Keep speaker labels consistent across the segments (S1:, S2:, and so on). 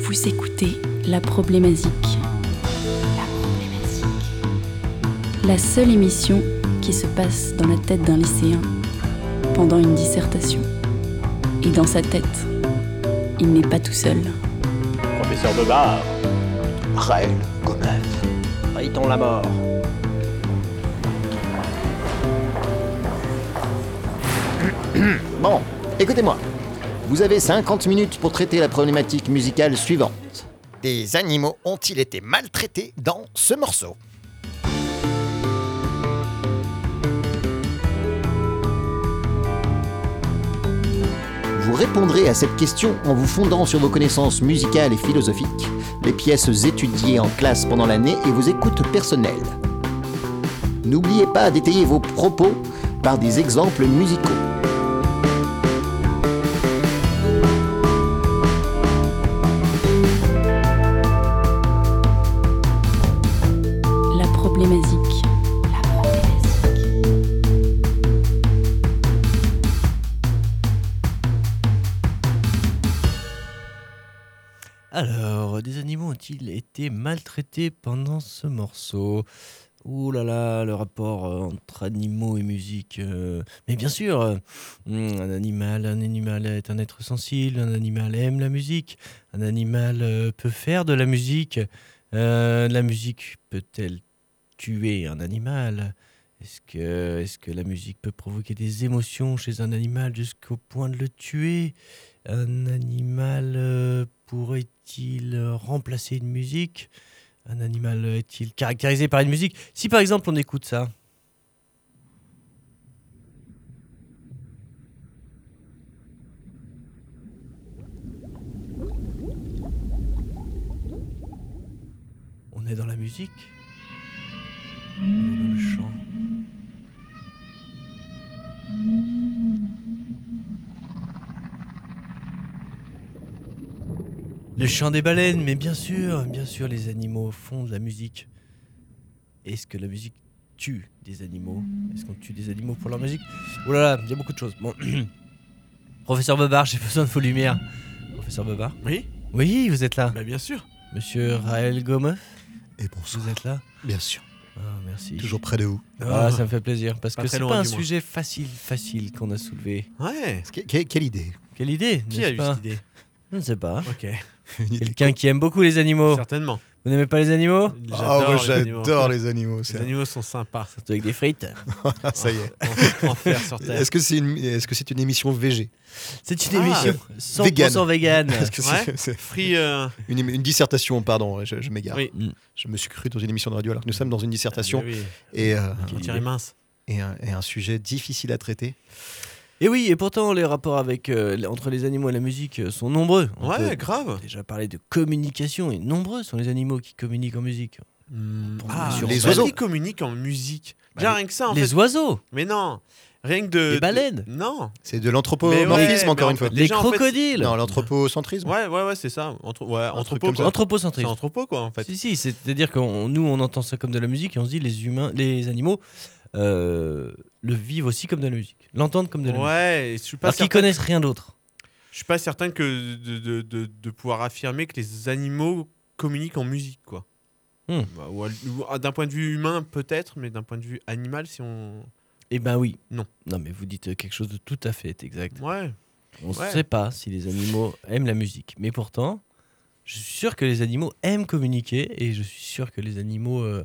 S1: Vous écoutez La Problématique.
S2: La problématique.
S1: La seule émission qui se passe dans la tête d'un lycéen pendant une dissertation. Et dans sa tête, il n'est pas tout seul.
S3: Professeur de bar.
S4: Raël Gomez.
S3: Traiton la mort.
S4: Bon, écoutez-moi. Vous avez 50 minutes pour traiter la problématique musicale suivante. Des animaux ont-ils été maltraités dans ce morceau Vous répondrez à cette question en vous fondant sur vos connaissances musicales et philosophiques, les pièces étudiées en classe pendant l'année et vos écoutes personnelles. N'oubliez pas d'étayer vos propos par des exemples musicaux.
S1: La Problématique.
S2: La problématique.
S5: Alors, des animaux ont-ils été maltraités pendant ce morceau Ouh là là, le rapport euh, entre animaux et musique. euh, Mais bien sûr, euh, hum, un animal, un animal est un être sensible, un animal aime la musique, un animal euh, peut faire de la musique. Euh, la musique peut-elle tuer un animal Est-ce que, est que la musique peut provoquer des émotions chez un animal jusqu'au point de le tuer un animal euh, pourrait-il euh, remplacer une musique Un animal euh, est-il caractérisé par une musique Si par exemple on écoute ça. On est dans la musique On est dans le chant Le chant des baleines, mais bien sûr, bien sûr, les animaux font de la musique. Est-ce que la musique tue des animaux Est-ce qu'on tue des animaux pour leur musique Oh là là, il y a beaucoup de choses. Bon. Professeur Bobard, j'ai besoin de vos lumières. Professeur Bobard
S6: Oui,
S5: Oui, vous êtes là.
S6: bah bien sûr.
S5: Monsieur Raël Gomeuf,
S7: Et bonsoir,
S5: vous êtes là
S7: bien sûr,
S5: Ah, merci.
S7: toujours près de vous.
S5: Ah, ça me fait plaisir, parce
S6: Pas
S5: que
S6: très
S5: c'est
S6: loin,
S5: pas un
S6: du moins.
S5: sujet facile, facile qu'on a soulevé.
S6: Ouais.
S7: Que- que- quelle idée
S5: Quelle idée
S6: Qui
S5: n'est-ce
S6: a eu
S5: pas
S6: cette idée
S5: Je ne sais pas.
S6: Ok.
S7: Une idée.
S5: Quelqu'un qui aime beaucoup les animaux.
S6: Certainement.
S5: Vous n'aimez pas les animaux
S7: Ah, moi,
S6: les animaux.
S7: j'adore les animaux.
S6: Les
S7: c'est-
S6: animaux sont sympas.
S5: Surtout avec des frites.
S7: Ah, ça y est.
S6: En- en- Enfer sur terre.
S7: Est-ce que c'est une, est-ce que c'est une émission VG
S5: C'est
S6: Ah,
S5: une émission 100% vegan.
S7: Est-ce que c'est,
S6: Ouais.
S7: c'est
S6: Free. euh,
S7: une, émi- une dissertation, pardon, je, je m'égare.
S6: Oui.
S5: Mm.
S7: Je me suis cru dans une émission de radio alors que nous sommes dans une dissertation
S6: ah, oui, oui.
S7: et, euh,
S6: Quand il est mince.
S7: et, un, et un sujet difficile à traiter.
S5: Et oui, et pourtant les rapports avec euh, entre les animaux et la musique euh, sont nombreux. On
S6: Ouais,
S5: peut
S6: grave.
S5: déjà parler de communication et nombreux sont les animaux qui communiquent en musique.
S7: Hmm.
S6: Ah,
S5: sur-
S6: les
S7: les
S6: oiseaux.
S7: oiseaux.
S6: Ils communiquent en musique.
S5: Bah,
S6: Déjà rien que ça en
S5: les
S6: fait.
S5: oiseaux,
S6: Mais non. Rien que de.
S5: Les
S6: de-
S5: baleines.
S6: Non.
S7: C'est de l'anthropomorphisme
S6: Mais ouais,
S7: encore
S6: mais
S7: une
S6: en fait-
S7: fois.
S5: les
S6: Déjà, en fait,
S5: crocodiles,
S7: Non, l'anthropocentrisme.
S6: Ouais, ouais, ouais, c'est ça. Entre... Ouais, entrepôt.
S7: truc comme
S6: quoi.
S7: ça.
S6: C'est
S5: anthropocentrisme.
S6: entrepôt quoi en fait.
S5: Si si, c'est-à-dire que nous on entend ça comme de la musique et on se dit les humains, les animaux euh, le vivent aussi comme de la musique, l'entendent comme de la musique.
S6: Ouais, et je suis pas
S5: Alors qu'ils
S6: certain.
S5: connaissent rien d'autre.
S6: Je suis pas certain que de, de- de- de pouvoir affirmer que les animaux communiquent en musique, quoi.
S5: Hmm.
S6: Bah, ou al- ou, ah, d'un point de vue humain, peut-être, mais d'un point de vue animal, si on.
S5: Eh ben oui.
S6: Non.
S5: Non mais vous dites euh, quelque chose de tout à fait exact.
S6: Ouais.
S5: On
S6: Ouais.
S5: ne sait pas si les animaux aiment la musique, mais pourtant, je suis sûr que les animaux aiment communiquer et je suis sûr que les animaux, euh,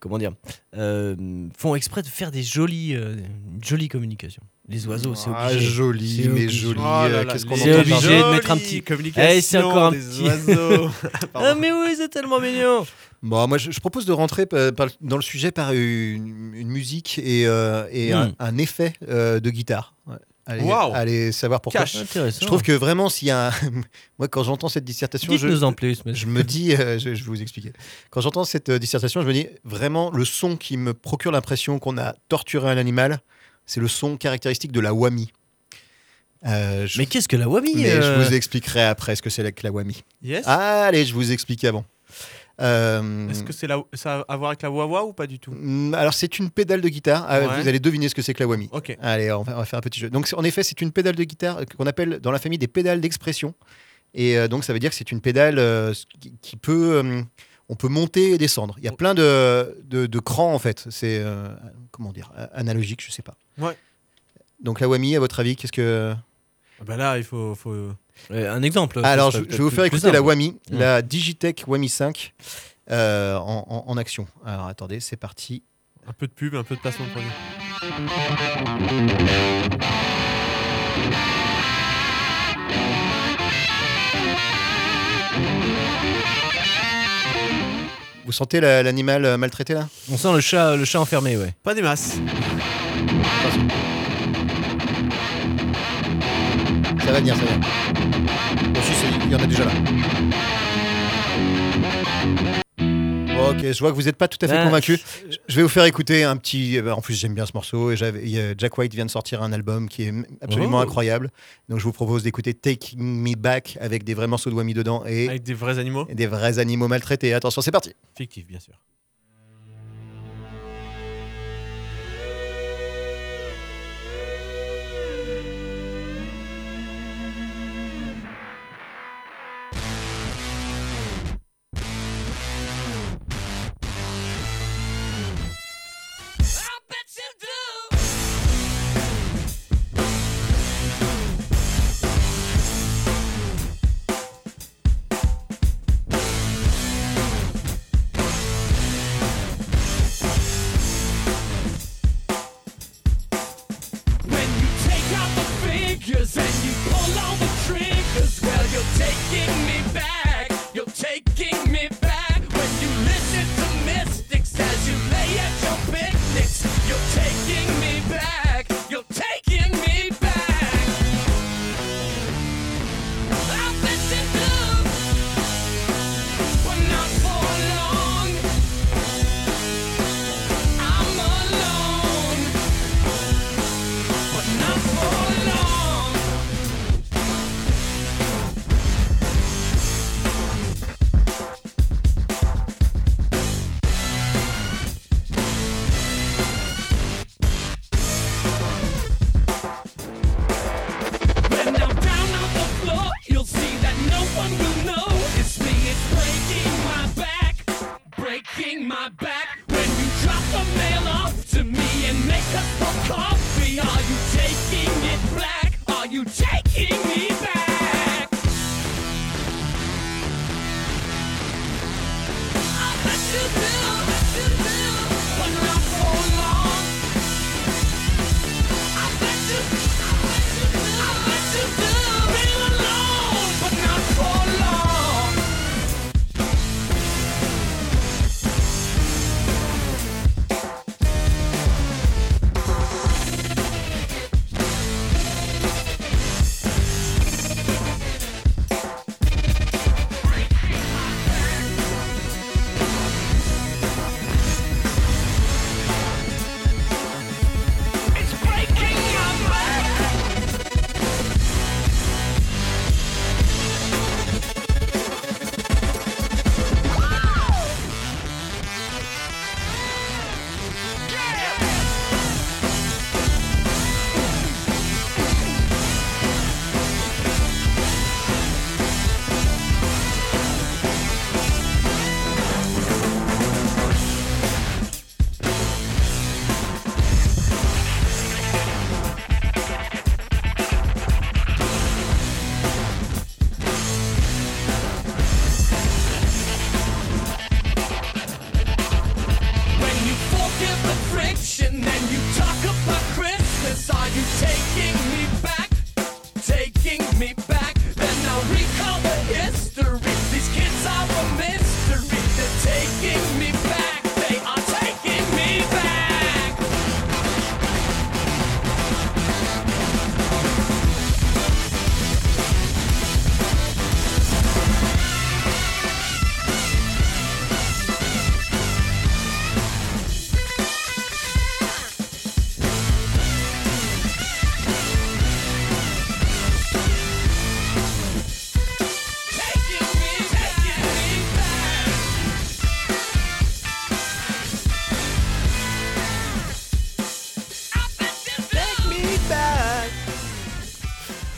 S5: comment dire, euh, font exprès de faire des jolies, euh, une jolie communication. Les oiseaux, c'est
S7: Ah,
S5: obligé.
S7: joli,
S5: C'est
S7: mais
S5: obligé.
S7: joli.
S6: Oh là
S7: euh,
S6: là,
S7: Qu'est-ce qu'on
S6: les
S5: C'est
S7: entend par
S5: obligé.
S7: ça
S5: de mettre un
S6: jolies
S5: petit-
S6: communications
S5: Eh, c'est encore un
S6: des
S5: petit-
S6: oiseaux.
S5: Ah
S6: Pardon.
S5: mais oui, c'est tellement mignon.
S7: Bon, moi, je, je propose de rentrer pa- par- dans le sujet par une, une musique et, euh, et un,
S5: Hmm.
S7: un effet euh, de guitare. Ouais. Allez,
S6: Wow.
S7: allez savoir pourquoi.
S6: Cache.
S5: Intéressant.
S7: Je trouve que vraiment, s'il y a un- Moi, quand j'entends cette dissertation, je,
S5: Dites-nous en plus. mais-
S7: je me dis, euh, je, je vais vous expliquer. Quand j'entends cette euh, dissertation, je me dis vraiment le son qui me procure l'impression qu'on a torturé un animal, c'est le son caractéristique de la wami. Euh, je-
S5: Mais qu'est-ce que la wami
S7: mais
S5: euh,
S7: je vous expliquerai après ce que c'est la, que la wami. Ah,
S6: Yes.
S7: Allez, je vous explique avant. Euh,
S6: Est-ce que c'est la... ça a à voir avec la wawa ou pas du tout
S7: Mm, Alors, c'est une pédale de guitare. Ah,
S6: Ouais.
S7: Vous allez deviner ce que c'est que la whammy.
S6: Ok.
S7: euh, Allez, on va, on va faire un petit jeu. Donc, c'est- en effet, c'est une pédale de guitare qu'on appelle dans la famille des pédales d'expression. Et euh, donc, ça veut dire que c'est une pédale euh, qui, qui peut. euh, on peut monter et descendre. Il y a plein de, de, de crans, en fait. C'est. euh, comment dire a- Analogique, je sais pas.
S6: Ouais.
S7: Donc, la Wami, à votre avis, qu'est-ce que.
S6: Ah Bah là, il faut. faut...
S5: Ouais, Un exemple.
S7: Alors,
S5: ça
S7: je,
S5: serait
S7: je vais vous
S5: peut-être
S7: faire
S5: plus
S7: écouter la
S5: simple. Hmm.
S7: Wami,
S6: Hmm.
S5: Ouais.
S7: la Digitech Wami 5, euh, en, en- en action. Alors, attendez, c'est parti.
S6: Un peu de pub, un peu de placement de produit.
S7: Vous sentez la- l'animal euh, maltraité, là
S5: On sent le chat, le chat enfermé, ouais.
S6: Pas des masses.
S7: Ça va venir, ça va. Bon, si, c'est- il y en a déjà là. Bon, ok, je vois que vous n'êtes pas tout à fait
S5: Ah,
S7: convaincu. Je- Je vais vous faire écouter un petit. eh ben, En plus, j'aime bien ce morceau. Et j'avais- il y a- Jack White vient de sortir un album qui est m- absolument
S5: Oh.
S7: incroyable. Donc, je vous propose d'écouter Taking Me Back avec des vrais morceaux de Wami dedans et
S6: Avec des vrais animaux.
S7: des vrais animaux maltraités. Attention, c'est parti.
S6: Fictifs, bien sûr.
S8: When you take out the figures and you pull all the triggers, well, you're taking me back. You're taking me back. When you listen to mystics as you lay at your picnics, you're taking me back. You're taking me back. I've been to blue, but not for long. I'm alone but not for long. When I'm down on the floor, you'll see that no one will know it's me. It's breaking my back, breaking my back. When you drop the mail off to me and make up for coffee, are you taking it back? Are you taking me back? I bet you do, bet you do, but not for long.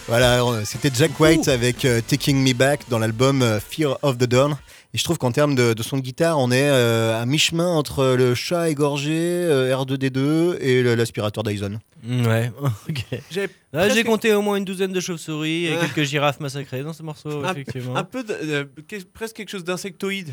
S7: Voilà, euh, c'était Jack White avec euh, Taking Me Back dans l'album euh, Fear of the Dawn. Et je trouve qu'en termes de, de son de guitare, on est euh, à mi-chemin entre le chat égorgé, euh, R2D2 et le- l'aspirateur Dyson.
S5: Ouais, ok.
S6: J'ai
S5: Là, j'ai
S6: presque
S5: compté au moins une douzaine de chauves-souris et
S6: Ah.
S5: quelques girafes massacrées dans ce morceau,
S6: Un-
S5: effectivement.
S6: un peu de- euh, que- presque quelque chose d'insectoïde.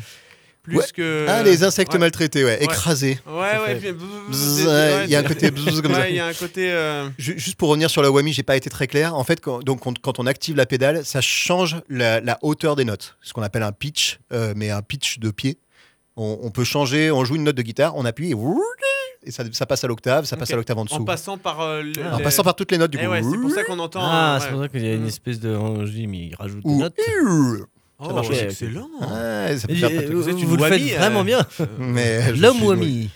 S6: Plus
S7: Ouais.
S6: que.
S7: ah, les insectes
S6: ouais.
S7: maltraités, ouais, écrasés.
S6: Ouais, ouais.
S5: fait-
S6: puis-
S7: Bzzz, ouais, il y a un côté bzzz comme ça.
S6: Ouais, il y a un côté. euh,
S7: Ju- Juste pour revenir sur la whammy, j'ai pas été très clair. En fait, quand, donc, quand, quand on active la pédale, ça change la, la hauteur des notes, ce qu'on appelle un pitch, euh, mais un pitch de pied. On, on peut changer, on joue une note de guitare, on appuie et, et ça, ça passe à l'octave, ça passe
S6: Ok.
S7: à l'octave en dessous.
S6: En passant par. euh, le-
S7: En
S6: les-
S7: passant par toutes les notes du
S6: Eh
S7: coup.
S6: ouais, c'est pour ça qu'on entend.
S5: ah,
S6: euh,
S5: c'est
S6: ouais.
S5: pour ça qu'il y a une
S6: Mm.
S5: espèce de. oh, je dis, mais il rajoute des
S7: Ou-
S5: notes.
S6: Oh,
S5: marche, ouais.
S6: excellent.
S7: Ouais, ça peut
S5: Et-
S7: faire
S5: et-
S7: pas de-
S5: vous
S6: Vous êtes une
S5: vous le
S6: whammy,
S5: faites
S6: euh,
S5: vraiment bien.
S7: Mais je
S5: L'homme
S7: suis-
S5: whammy.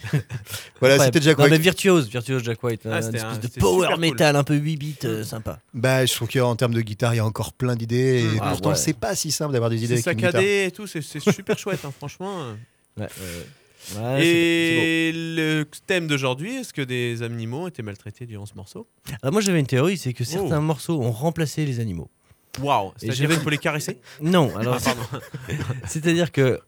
S7: Voilà,
S5: Ouais.
S7: c'était Jack
S5: Non, mais
S7: White.
S5: virtuose, virtuose Jack White. hein,
S6: Ah,
S5: un
S6: c'était
S5: espèce
S6: un-
S5: de
S6: c'était
S5: power
S6: super cool.
S5: metal un peu 8 bits, euh, sympa.
S7: Bah, je trouve qu'en termes de guitare, il y a encore plein d'idées. Et
S5: Ah,
S7: pourtant,
S5: ouais.
S7: c'est pas si simple d'avoir des idées
S6: C'est
S7: avec une guitare.
S6: saccadé et tout, c'est c'est super chouette, hein, franchement.
S5: Ouais, ouais, ouais. Ouais, c'est- c'est beau.
S6: et le thème d'aujourd'hui, est-ce que des animaux étaient maltraités durant ce morceau
S5: Alors, Ah, moi, j'avais une théorie, c'est que certains morceaux ont remplacé les animaux.
S6: Oh. Waouh
S5: je
S6: C'est-à-dire
S5: vais-
S6: qu'on peut les caresser
S5: Non, alors,
S6: Ah, pardon.
S5: c'est-à-dire que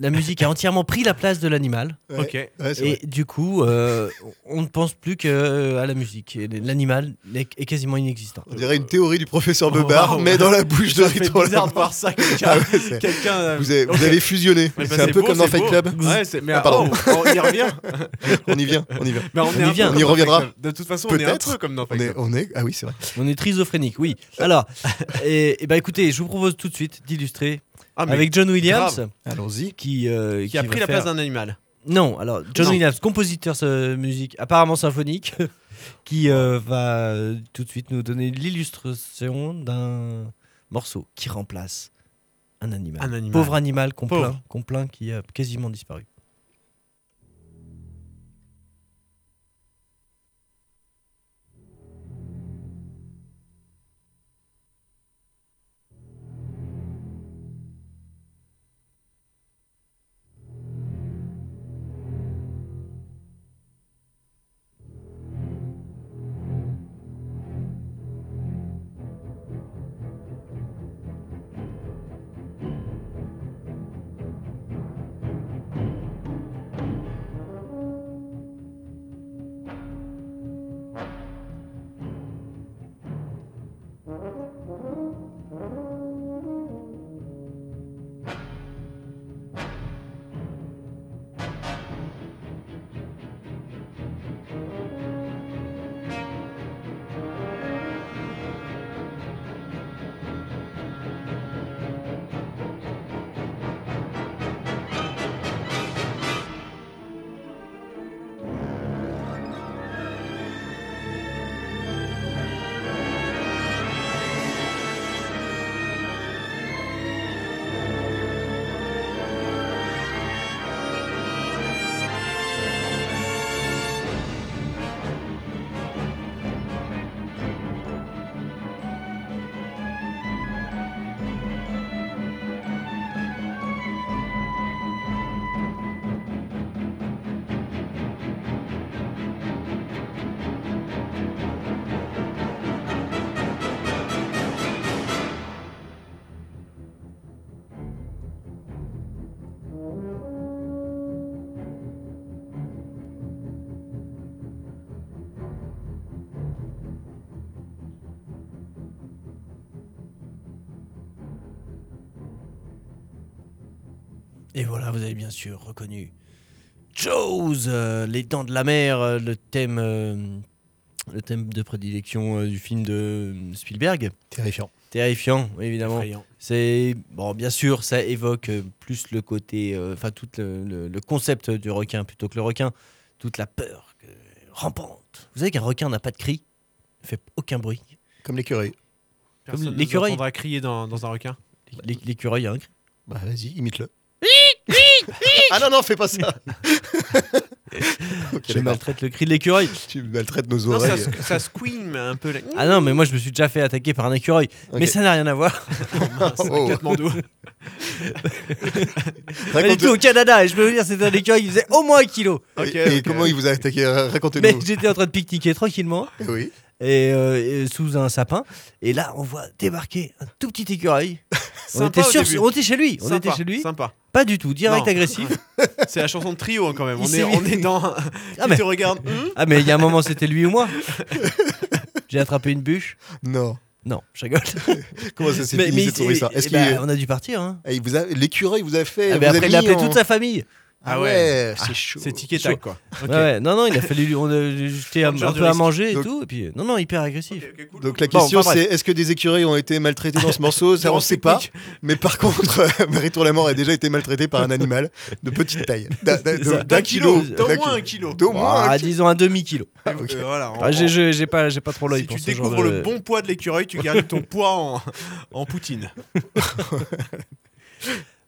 S5: la musique a entièrement pris la place de l'animal.
S7: Ouais.
S6: Ok.
S7: Ouais, c'est
S5: Et
S7: vrai.
S5: du coup, euh, on ne pense plus qu'à la musique. Et L'animal est est quasiment inexistant.
S7: On dirait une théorie du professeur Bebard,
S6: Waouh.
S7: mais dans la bouche de
S6: Ça fait
S7: Rito
S6: bizarre de
S7: Lambert.
S6: voir ça,
S7: Ah
S6: quelqu'un.
S7: ouais, c'est-
S6: quelqu'un, euh,
S7: vous, avez, vous
S6: ok.
S7: avez fusionné.
S6: Ouais, bah,
S7: c'est un peu
S6: beau,
S7: comme dans
S6: c'est
S7: Fight
S6: beau.
S7: Club.
S6: Ouais, c'est- mais
S7: Ah, pardon.
S6: oh, on y revient.
S7: On y vient, on y vient.
S6: Mais on,
S5: On
S6: est
S5: y
S6: un peu
S5: vient.
S6: comme
S7: On y
S6: dans
S7: reviendra.
S6: Fight Club. De toute façon, on est un
S7: Peut-être.
S6: peu comme dans
S7: On
S6: Fight
S7: est,
S6: Club.
S7: on est- ah oui, c'est vrai.
S5: On est trisophrénique, oui. Alors, et, et ben écoutez, je vous propose tout de suite d'illustrer
S6: Ah, mais
S5: avec John Williams,
S7: Allons-y.
S5: qui, euh,
S6: qui a
S5: va
S6: pris la
S5: faire-
S6: place d'un animal.
S5: Non, alors John
S6: Non.
S5: Williams, compositeur de musique apparemment symphonique, qui euh, va euh, tout de suite nous donner l'illustration d'un morceau qui remplace un animal.
S6: Un animal.
S5: Pauvre animal qu'on
S6: Pauvre.
S5: plaint, qu'on plaint, qui a quasiment disparu. Et voilà, vous avez bien sûr reconnu Jaws, euh, les dents de la mer, euh, le thème, euh, le thème de prédilection euh, du film de euh, Spielberg.
S7: Terrifiant.
S5: Terrifiant, évidemment.
S6: Effrayant.
S5: C'est bon, bien sûr, ça évoque euh, plus le côté, euh, enfin tout le, le- le concept du requin plutôt que le requin, toute la peur euh, rampante. Vous savez qu'un requin n'a pas de cri, ne fait aucun bruit.
S7: Comme l'écureuil.
S6: Personne
S5: Comme
S6: nous
S5: l'écureuil.
S6: entendra crier dans, dans un requin.
S5: L'é- L'écureuil a un cri.
S7: Bah, vas-y, imite-le. ah non, non, fais pas ça. Ok,
S5: Je
S7: d'accord.
S5: maltraite le cri de l'écureuil.
S7: Tu maltraites nos
S6: Non, ça,
S7: oreilles.
S6: squ- ça squeam un peu. là.
S5: Ah non, mais moi je me suis déjà fait attaquer par un écureuil, mais
S7: Ok.
S5: ça n'a rien à voir.
S6: C'est
S7: Oh.
S6: complètement doux.
S5: Pas du
S7: Raconte-
S5: tout au Canada, et je peux vous dire, c'était un écureuil qui faisait au moins un kilo.
S7: Et,
S6: Ok,
S7: et
S6: ok.
S7: comment il vous a attaqué
S5: Mais
S7: Racontez-nous.
S5: j'étais en train de pique-niquer tranquillement,
S7: Eh Oui.
S5: et, euh, et sous un sapin. Et là, on voit débarquer un tout petit écureuil. on,
S6: Sympa
S5: était
S6: au
S5: sur-
S6: début.
S5: on était chez lui. On
S6: Sympa,
S5: était chez lui.
S6: Sympa.
S5: Pas du tout. Direct
S6: Non.
S5: agressif.
S6: C'est la chanson de trio hein, quand même.
S5: Il
S6: On
S5: s'est
S6: est,
S5: mis-
S6: on est dans.
S5: Ah,
S6: tu
S5: mais-
S6: te regardes. hmm
S5: Ah, mais il y a un moment, c'était lui ou moi. J'ai attrapé une bûche.
S7: Non.
S5: Non, je rigole.
S7: Comment ça s'est fini cette
S5: il-
S7: souris ça
S5: eh
S7: Est-ce
S5: ben,
S7: qu'il
S5: on a dû partir. hein.
S7: eh, il vous a- l'écureuil vous a fait
S5: Ah,
S7: vous
S5: mais
S7: a
S5: après, il
S7: mis
S5: a appelé
S7: en-
S5: toute sa famille.
S7: Ah
S6: Ah
S7: ouais,
S6: ouais.
S7: c'est chaud.
S6: C'est ticket
S5: Chaud.
S6: tac quoi. Ok.
S5: Ouais, ouais. Non, non, il a fallu. On a jeté un,
S6: Prendre
S5: un
S6: genre de
S5: peu à
S6: risque.
S5: manger et
S7: Donc-
S5: tout. Et puis, euh, non, non, hyper agressif.
S6: Ok, ok, cool,
S7: Donc
S6: cool,
S7: la
S6: cool.
S7: question
S5: enfin,
S7: c'est est-ce que des écureuils ont été maltraités dans ce morceau Ça on
S6: Durant
S7: sait
S6: ce
S7: pas.
S6: pic.
S7: Mais par contre, Marie Tour la Mort a déjà été maltraité par un animal de petite taille, D'un- d'un
S5: C'est ça.
S7: d'un kilo,
S6: D'au
S7: d'un
S6: moins un kilo.
S7: D'au moins
S5: Ah,
S7: un kilo.
S5: disons un demi-kilo.
S6: Euh, voilà, on-
S5: Ah, j'ai- j'ai j'ai pas, j'ai pas trop l'œil
S6: si
S5: pour
S6: tu
S5: ce genre
S6: découvres
S5: de-
S6: le bon poids de l'écureuil, tu gardes ton poids en, en poutine.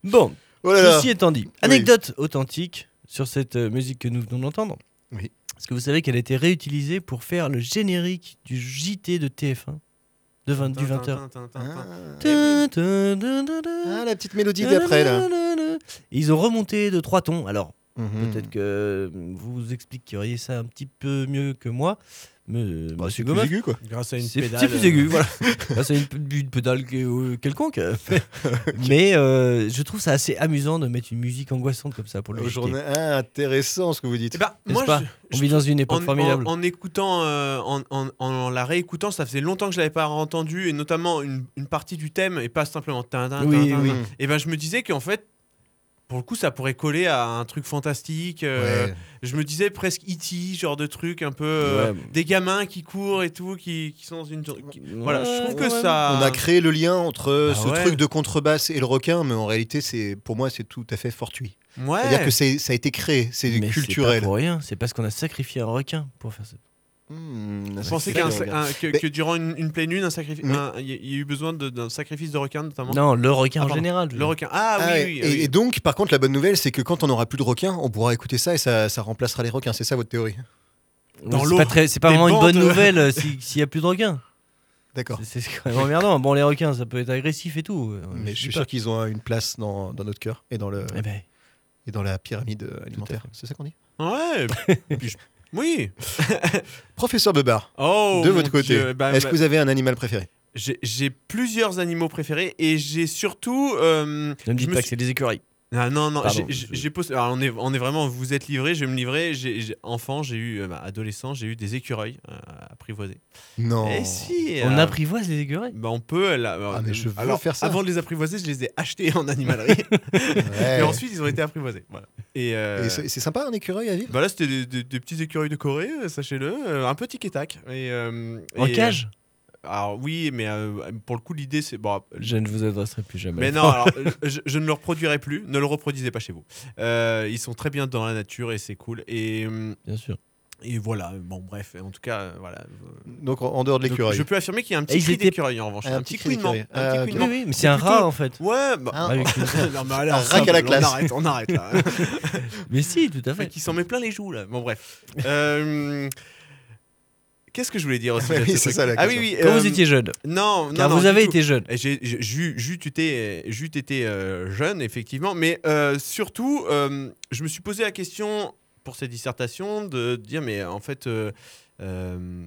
S5: Bon,
S7: Oh là là.
S5: ceci étant dit, anecdote authentique sur cette euh, musique que nous venons d'entendre.
S7: Oui.
S5: Parce que vous savez qu'elle a été réutilisée pour faire le générique du JT de TF1 de 20, du 20h.
S7: Ah,
S5: Ah,
S7: la petite mélodie d'après là.
S5: Ils ont remonté de trois tons. Alors,
S7: Mhm.
S5: peut-être que vous expliqueriez ça un petit peu mieux que moi. Mais, euh,
S7: Bah,
S5: monsieur
S7: c'est
S5: Gomeuf,
S7: plus aigu quoi.
S6: Grâce à une
S5: C'est
S6: pédale. euh,
S5: c'est plus aigu, voilà. Là, c'est une, p- une pédale que- euh, quelconque. Mais euh, je trouve ça assez amusant de mettre une musique angoissante comme ça pour le
S7: Au
S5: JT.
S7: journal- Ah, intéressant ce que vous dites.
S6: Eh ben,
S5: N'est-ce
S6: moi,
S5: pas
S6: je-
S5: On vit dans une
S6: en,
S5: époque formidable.
S6: en- en écoutant, euh, en, en- en la réécoutant, ça faisait longtemps que je l'avais pas entendu, et notamment une, une partie du thème, et pas simplement. tin, tin, tin,
S5: Oui,
S6: tin,
S5: oui.
S6: tin. Et ben, je me disais qu'en fait, pour le coup, ça pourrait coller à un truc fantastique. euh,
S7: Ouais.
S6: Je me disais presque E.T., genre de truc un peu. euh,
S5: Ouais.
S6: Des gamins qui courent et tout, qui, qui sont dans une. qui- Voilà, je trouve
S5: Ouais,
S6: que
S5: ouais.
S6: ça.
S7: On a créé le lien entre
S6: Ah
S7: ce
S6: ouais.
S7: truc de contrebasse et le requin, mais en réalité, c'est pour moi, c'est tout à fait fortuit.
S6: Ouais.
S7: C'est-à-dire que c'est- ça a été créé, c'est
S5: Mais C'est
S7: culturel.
S5: pas pour rien, c'est parce qu'on a sacrifié un requin pour faire ça.
S7: Hmm,
S6: Je
S7: c'est
S6: pensais
S7: très
S6: qu'un-
S7: bien.
S6: un- que,
S7: Mais-
S6: que durant une, une pleine lune, un sacrifi-
S7: Mais-
S6: un- il y a- il y a eu besoin de- d'un sacrifice de requin notamment.
S5: Non, le requin
S6: Ah,
S5: en
S6: pardon.
S5: général. je veux
S6: Le
S5: dire.
S6: requin. Ah,
S7: Ah ouais.
S6: oui, oui.
S7: et,
S6: oui.
S7: et donc, par contre, la bonne nouvelle, c'est que quand on n'aura plus de requins, on pourra écouter ça et ça, ça remplacera les requins. C'est ça votre théorie
S5: Oui,
S6: dans
S5: c'est
S6: l'eau,
S5: pas très- C'est pas
S6: des
S5: vraiment une bonne
S6: bandes.
S5: nouvelle euh, si- s'il y a plus de requins.
S7: D'accord.
S5: C'est- C'est quand même emmerdant. Bon, les requins, ça peut être agressif et tout. euh,
S7: Mais
S5: dis
S7: je suis
S5: pas.
S7: sûr qu'ils ont euh, une place dans, dans notre cœur et dans, le,
S5: Eh ben,
S7: et dans la pyramide euh, alimentaire. C'est ça qu'on dit
S6: Ouais. puis je- Oui.
S7: Professeur Bebar,
S6: Oh.
S7: de
S6: mon
S7: votre côté,
S6: Dieu. Bah,
S7: est-ce
S6: bah,
S7: que vous avez un animal préféré
S6: j'ai- J'ai plusieurs animaux préférés et j'ai surtout. euh,
S5: Ne me
S6: je
S5: dites
S6: me
S5: pas que
S6: suis-
S5: c'est des écureuils.
S6: Ah, non, non,
S5: Pardon,
S6: j'ai- j'ai
S5: je-
S6: j'ai posé. alors, on, est, on est vraiment. Vous êtes livré, je vais me livrer. J'ai j'ai- enfant, j'ai eu. euh, bah, adolescent, j'ai eu des écureuils euh, à apprivoiser.
S7: Non.
S6: Eh si
S5: On
S6: euh,
S5: apprivoise les écureuils.
S6: bah, on peut. là,
S7: Ah, mais je veux
S6: alors,
S7: faire ça.
S6: Avant de les apprivoiser, je les ai achetés en animalerie.
S7: Ouais.
S6: Et ensuite, ils ont été apprivoisés. Voilà. Et, euh,
S7: Et c'est c'est sympa un écureuil à vivre
S6: bah là, c'était des, des- des petits écureuils de Corée, euh, sachez-le, euh, un peu tic et tac. Et, euh,
S5: En
S6: et,
S5: cage
S6: euh, Alors oui, mais euh, pour le coup, l'idée, c'est bon. euh,
S5: Je ne vous adresserai plus jamais.
S6: Mais non, alors, euh, je, je ne le reproduirai plus. Ne le reproduisez pas chez vous. Euh, ils sont très bien dans la nature et c'est cool. Et, euh,
S5: Bien sûr.
S6: et voilà. Bon, bref. En tout cas, euh, voilà.
S7: Ah, Donc en- en dehors de
S6: Donc,
S7: l'écureuil.
S6: je peux affirmer qu'il y a un
S5: Et
S6: petit
S5: ils
S6: cri
S5: étaient-
S6: d'écureuil en revanche,
S7: Un
S6: un,
S7: petit
S6: petit
S7: cri
S6: couinement,
S7: d'écureuil.
S6: un
S7: Ah,
S6: petit
S7: ok.
S5: Oui,
S6: couinement.
S5: oui, mais c'est un
S6: plutôt-
S5: rat en fait.
S6: Ouais, bah,
S7: Ah,
S5: Avec le-
S6: non, mais alors,
S7: Un rack à la
S6: on
S7: classe.
S6: arrête, on arrête là.
S5: Mais si, tout à
S6: Ouais,
S5: fait.
S6: qui s'en met plein les joues là. Bon bref. Euh, Qu'est-ce que je voulais dire aussi
S7: Ah
S6: là,
S7: oui,
S6: ce
S7: c'est
S6: truc
S7: ça la
S6: Ah oui, oui.
S7: question.
S5: Quand
S6: euh,
S5: vous étiez jeune,
S6: Non, non,
S5: car
S6: non,
S5: vous
S6: du
S5: avez
S6: tout.
S5: été jeune.
S6: Eh, j'ai- j'ai- J'eus j'eus été, j'eus été, euh, jeune, effectivement. Mais euh, surtout, euh, je me suis posé la question pour cette dissertation de dire, mais en fait. euh, euh,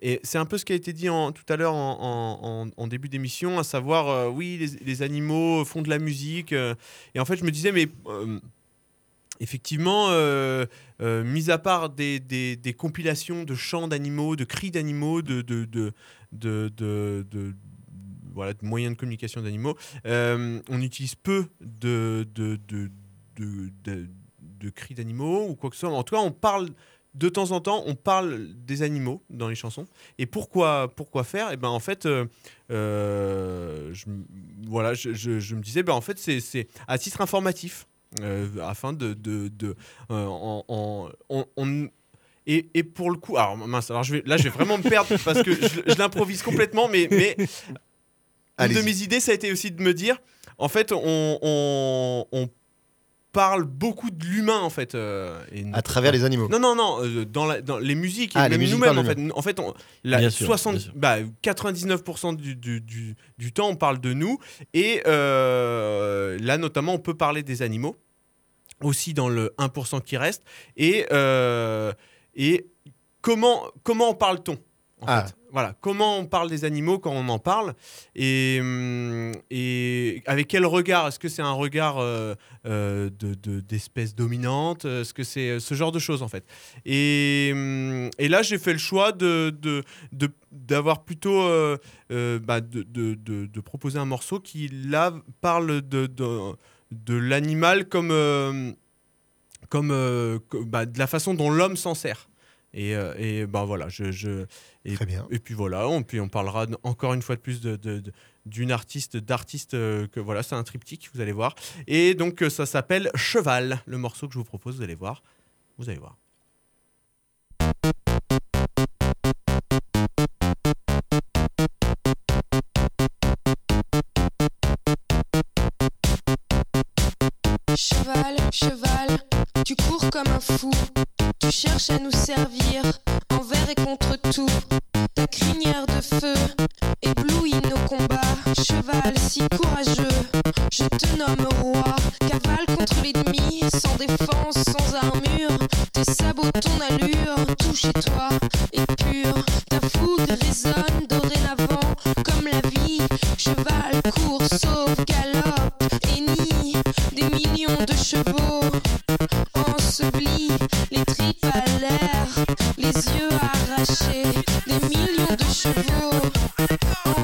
S6: et c'est un peu ce qui a été dit en- tout à l'heure en, en- en- en début d'émission, à savoir, euh, oui, les, les animaux font de la musique. euh, et en fait, je me disais, mais euh, effectivement, euh, euh, mis à part des, des- des compilations de chants d'animaux, de cris d'animaux, de, de, de, de, de- de- voilà, de moyens de communication d'animaux, euh, on utilise peu de, de, de, de- de- de cris d'animaux ou quoi que ce soit. En tout cas, on parle. De temps en temps, on parle des animaux dans les chansons. Et pourquoi, pourquoi faire Et ben en fait, euh, euh, je, m- voilà, je, je- je me disais, ben en fait, c'est- c'est à titre informatif, euh, afin de, de, de- euh, en- en- on- on- et, et pour le coup, alors mince, alors je vais, là je vais vraiment me perdre parce que je, je l'improvise complètement, mais, mais une de
S7: Allez-y.
S6: mes idées, ça a été aussi de me dire, en fait, on, on, on parle beaucoup de l'humain, en fait. euh, et
S7: À travers les animaux.
S6: non, non, non, euh, dans, la- dans les musiques, et
S7: Ah, les
S6: même
S7: musiques
S6: nous-mêmes,
S7: par
S6: en fait. En fait, on- la
S5: Bien sûr,
S6: 60
S5: bien sûr.
S6: bah, 99% du, du- du- du temps, on parle de nous. Et euh, là, notamment, on peut parler des animaux, aussi dans le 1% qui reste. Et, euh, et comment, comment en parle-t-on en
S7: Ah,
S6: fait Voilà, comment on parle des animaux quand on en parle et, hum, et avec quel regard Est-ce que c'est un regard euh, euh, de- de- d'espèce dominante Est-ce que c'est euh, ce genre de choses en fait et, hum, et là, j'ai fait le choix de de- de- d'avoir plutôt euh, euh, bah, de, de- de- de proposer un morceau qui là parle de, de, de l'animal comme euh, comme euh, co- bah, de la façon dont l'homme s'en sert. Et, euh, et bah voilà, je, je- et,
S7: Très bien.
S6: et puis voilà, on, puis on parlera n- encore une fois de plus de- de- de- d'une artiste, d'artiste euh, que voilà, c'est un triptyque, vous allez voir. Et donc euh, ça s'appelle Cheval, le morceau que je vous propose, vous allez voir. Vous allez voir.
S9: Cheval, cheval, tu cours comme un fou. Tu cherches à nous servir, envers et contre tout. Ta crinière de feu éblouit nos combats. Cheval si courageux, je te nomme roi. Cavale contre l'ennemi, sans défense, sans armure. Tes sabots, ton allure, tout chez toi est pur. Ta foudre résonne dorénavant comme la vie. Cheval court, sauve, galope, hennit des millions de chevaux ensevelis, les tripes à l'air, les yeux arrachés, des millions de chevaux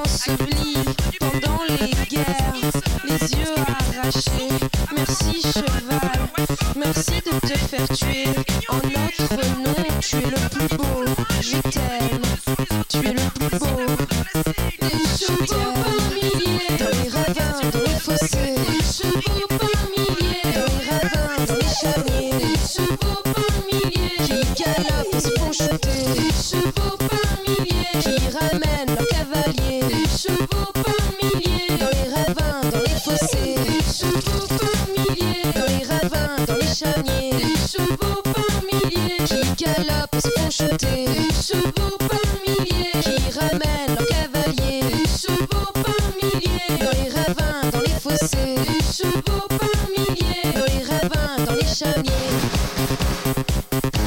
S9: ensevelis pendant les guerres, les yeux arrachés. Merci cheval, merci de te faire tuer. En notre nom, tu es le plus beau, je t'aime, tu es le plus beau. Des chevaux par milliers Dans les ravins, dans les fossés Des chevaux par milliers Dans les ravins, dans les charniers Des chevaux par milliers Qui galopent et se font shooter Des chevaux par milliers Qui ramènent leurs cavaliers Des chevaux par milliers Dans les ravins, dans les fossés Des chevaux par milliers Dans les ravins, dans les charniers Des chevaux par milliers Qui galopent et se font shooter Des chevaux par milliers Qui ramènent leurs cavaliers Des chevaux par milliers Dans les ravins, dans les fossés Des chevaux par milliers Dans les ravins, dans les charniers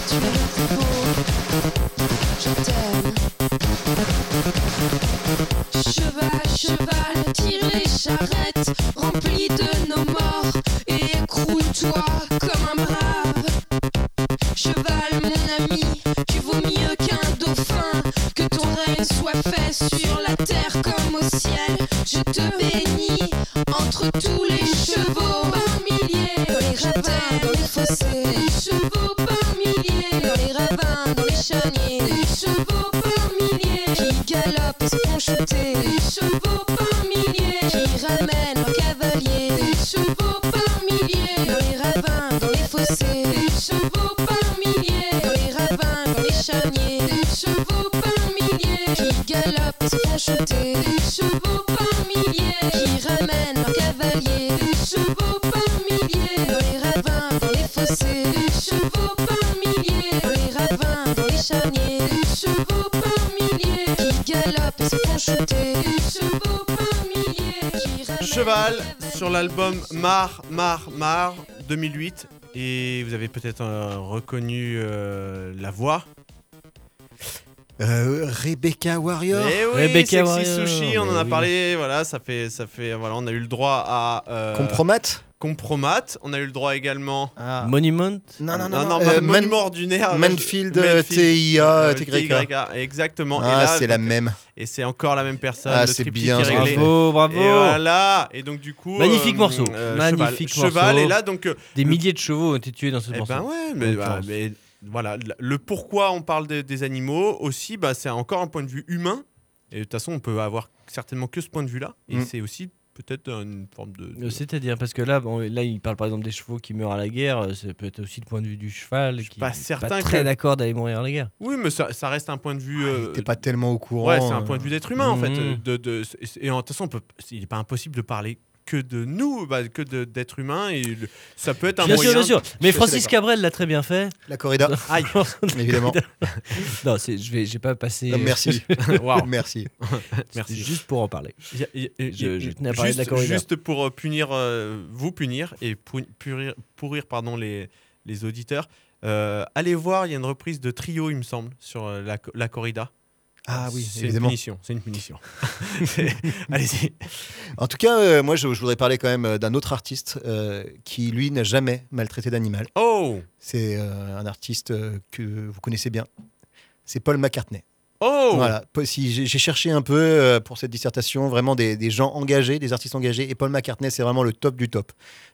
S9: Tu es le plus beau Je t'aime Cheval, cheval, tire les charrettes Remplis de nos morts Et écroule-toi comme un brave Cheval, mon ami, tu vaux mieux qu'un dauphin. Que ton règne soit fait sur la terre comme au ciel. Je te bénis entre tous les chevaux par milliers. Dans les ravins, dans les fossés. Des chevaux par milliers. Dans les ravins, dans les charniers. Des chevaux par milliers. Qui galopent et se font shooter. Des chevaux par milliers. Qui ramènent leurs cavaliers. Des chevaux par milliers. Dans les ravins, dans les fossés. Des chevaux par milliers. Dans les ravins, dans les charniers. Des chevaux par milliers. Qui galopent et se font shooter. Des chevaux par milliers. Qui ramènent leurs cavaliers. Des chevaux par milliers. Dans les ravins, dans les fossés. Des chevaux par milliers. Dans les ravins, dans les charniers. Des chevaux par milliers. Qui galopent et se font shooter. Des chevaux par milliers. Qui ramènent
S6: Cheval
S9: leurs cavaliers.
S6: sur l'album Mar, Mar, Mar 2008. Et vous avez peut-être euh, reconnu euh, la voix.
S7: Euh, Rebecca Warrior.
S6: Eh oui,
S5: Rebecca
S6: Sexy
S5: Warrior,
S6: Sushi, on en a
S5: mais oui.
S6: parlé. Voilà, ça fait, ça fait, voilà, on a eu le droit à euh,
S7: Compromate
S6: Compromat. On a eu le droit également.
S7: ah.
S5: Monument
S7: Non, non, non.
S6: non,
S7: euh,
S6: Man-
S7: Man-
S6: Monument ordinaire. là, je-
S7: Manfield, euh,
S6: Manfield,
S7: TIA,
S6: euh,
S7: TYA.
S6: TYA, Exactement. et
S7: Ah,
S6: là,
S7: c'est la
S6: donc,
S7: même.
S6: Et c'est encore la même personne.
S7: Ah,
S6: le
S7: c'est
S6: triptyque
S7: bien
S6: est
S7: joué.
S6: réglé.
S5: Bravo, bravo
S6: Et voilà. Et donc du coup,
S5: Magnifique morceau.
S6: cheval.
S5: Magnifique
S6: cheval.
S5: morceau.
S6: Et là, donc, euh,
S5: Des milliers de chevaux ont été tués dans ce
S6: Eh
S5: morceau.
S6: ben ouais, mais,
S5: Donc,
S6: bah,
S5: tu
S6: mais voilà, le- le pourquoi on parle des, des animaux aussi, bah, c'est encore un point de vue humain. Et de toute façon, on peut avoir certainement que ce point de vue-là. Et
S7: Mm.
S6: c'est aussi peut-être une forme de. de-
S5: Euh, C'est-à-dire, parce que là, bon, là, il parle par exemple des chevaux qui meurent à la guerre, euh, ça peut être aussi le point de vue du cheval
S6: suis
S5: qui
S6: pas
S5: est
S6: certain
S5: très
S6: que-
S5: d'accord d'aller mourir à la guerre.
S6: Oui, mais ça, ça reste un point de vue. euh,
S7: T'es Ah, pas tellement au courant.
S6: ouais, c'est un
S7: euh. Mm.
S6: point de vue d'être humain en fait.
S5: Mhm.
S6: euh, De, de- et en de toute façon, on peut, il n'est pas impossible de parler que de nous, bah, que de- d'être humain. Et le- ça peut être un
S5: Bien
S6: moyen.
S5: sûr, bien sûr. Mais
S7: assez
S5: Francis
S7: d'accord.
S5: Cabrel l'a très bien fait.
S7: La corrida,
S6: Aïe.
S7: évidemment.
S5: Non, c'est- je vais, j'ai pas passé.
S7: Non, merci.
S6: Waouh.
S7: Merci.
S5: Merci.
S6: Merci.
S5: Juste pour en parler.
S6: Y a- y- y-
S5: Je-
S6: y-
S5: je tenais à parler de la
S6: juste,
S5: corrida.
S6: juste pour euh, punir, euh, vous punir et pou- purir- pourrir pardon, les, les auditeurs, euh, allez voir, il y a une reprise de Trio, il me semble, sur euh, la, co- la corrida.
S7: Ah oui,
S6: c'est une
S7: évidemment.
S6: punition. C'est une punition. C'est- Allez-y.
S7: En tout cas, euh, moi, je, je voudrais parler quand même euh, d'un autre artiste euh, qui, lui, n'a jamais maltraité d'animal.
S6: Oh
S7: C'est euh, un artiste euh, que vous connaissez bien. C'est Paul McCartney.
S6: Oh
S7: Voilà. Po- Si j'ai j'ai cherché un peu euh, pour cette dissertation, vraiment des, des gens engagés, des artistes engagés, et Paul McCartney, c'est vraiment le top du top.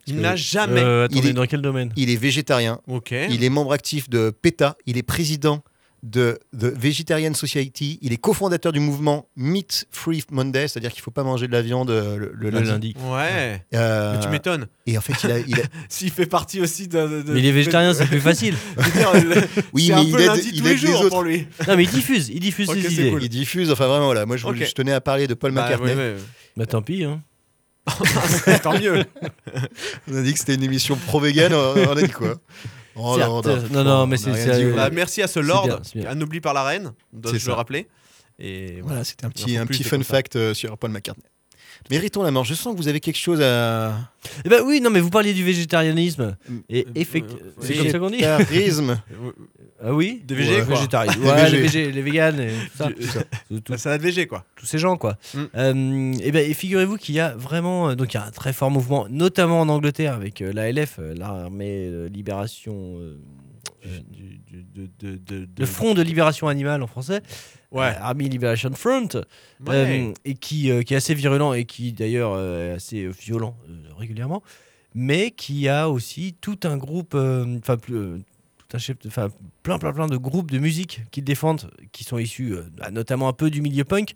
S6: Il
S7: que-
S6: n'a jamais.
S5: Euh,
S7: Il
S5: attendez,
S7: est-
S5: dans quel domaine
S7: Il est végétarien,
S6: Ok.
S7: il est membre actif de PETA, il est président de The Vegetarian Society, il est cofondateur du mouvement Meat Free Monday, c'est-à-dire qu'il ne faut pas manger de la viande euh, le, le
S5: Le
S7: lundi.
S5: lundi.
S6: Ouais.
S7: Euh,
S6: Mais tu m'étonnes.
S7: et en fait, il a- il a,
S6: S'il fait partie aussi d'un- de.
S5: Mais il est végétarien, c'est plus facile.
S6: Je veux dire, le-
S7: Oui,
S6: c'est
S7: mais
S6: un
S7: il
S6: peu
S7: aide-
S6: lundi
S7: il
S6: tous les
S7: aide les
S6: jours
S7: autres.
S6: pour lui.
S5: Non, mais il diffuse, il diffuse
S6: Ok,
S5: ses
S6: c'est
S5: idées.
S6: cool.
S7: Il diffuse, enfin vraiment, voilà. Moi, je, voulais-
S6: Ok.
S7: je tenais à parler de Paul
S6: Bah,
S7: McCartney.
S6: ouais,
S5: Bah tant pis. Hein.
S6: ouais. Tant mieux.
S7: On a dit que c'était une émission pro-vegan, on on a dit quoi Oh là, on a-
S5: Certes. Non, non, mais
S7: on a
S5: c'est-
S7: rien
S5: c'est-
S7: dit,
S5: euh,
S7: voilà.
S6: Bah, merci à ce
S5: C'est
S6: Lord,
S5: bien, c'est bien.
S6: un oubli par la reine, dois-je
S7: C'est
S6: le
S7: ça.
S6: rappeler. Et voilà.
S7: Voilà, c'était un
S6: Il
S7: petit,
S6: en faut
S7: un
S6: plus
S7: petit
S6: des
S7: fun
S6: comme ça.
S7: fact euh, sur Paul McCartney. Méritons la mort. Je sens que vous avez quelque chose à.
S5: Eh ben oui, non, mais vous parliez du végétarianisme.
S7: Mm.
S5: Et
S6: Euh,
S5: effectivement,
S6: euh,
S5: c'est
S6: oui.
S5: comme ça qu'on dit.
S7: Tarisme.
S5: Ah oui.
S6: Des végés,
S5: Ouais,
S6: quoi.
S5: végétariens.
S7: Des
S5: Ouais,
S7: végés.
S5: les végés, les véganes, et tout ça. Tout- tout-
S6: La salade VG, quoi.
S5: tous ces gens quoi.
S6: Mm.
S5: Euh, et ben et figurez-vous qu'il y a vraiment euh, donc il y a un très fort mouvement notamment en Angleterre avec euh, l'ALF euh, l'armée de libération euh, euh,
S6: Du- du- de- de- de- de-
S5: le front de libération animale en français,
S6: Ouais.
S5: euh, Army Liberation Front,
S6: Ouais.
S5: euh, et qui, euh, qui est assez virulent et qui d'ailleurs euh, est assez euh, violent euh, régulièrement, mais qui a aussi tout un groupe, euh, enfin plus, euh, tout un chef, de- enfin plein plein plein de groupes de musique qu'ils défendent, qui sont issus euh, bah, notamment un peu du milieu punk.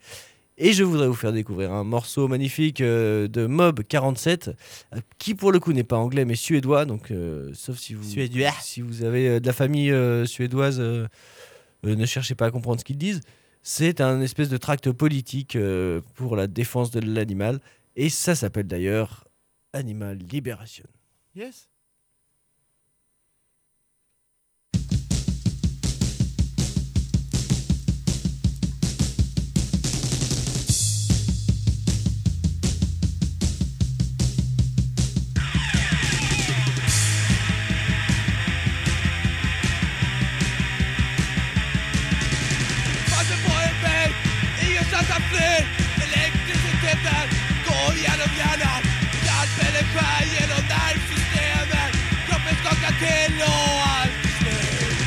S5: Et je voudrais vous faire découvrir un morceau magnifique euh, de Mob 47, euh, qui pour le coup n'est pas anglais mais suédois, donc euh, sauf si vous,
S6: Suédois.
S5: si vous avez euh, de la famille euh, suédoise, euh, euh, ne cherchez pas à comprendre ce qu'ils disent. C'est un espèce de tract politique euh, pour la défense de l'animal. Et ça s'appelle d'ailleurs Animal Liberation.
S6: Yes.
S10: Fasen på en väg, ingenstans att fly Elektriciteten går genom hjärnan Hjälpen är skär genom nervsystemet Kroppen skakar till och allt är slut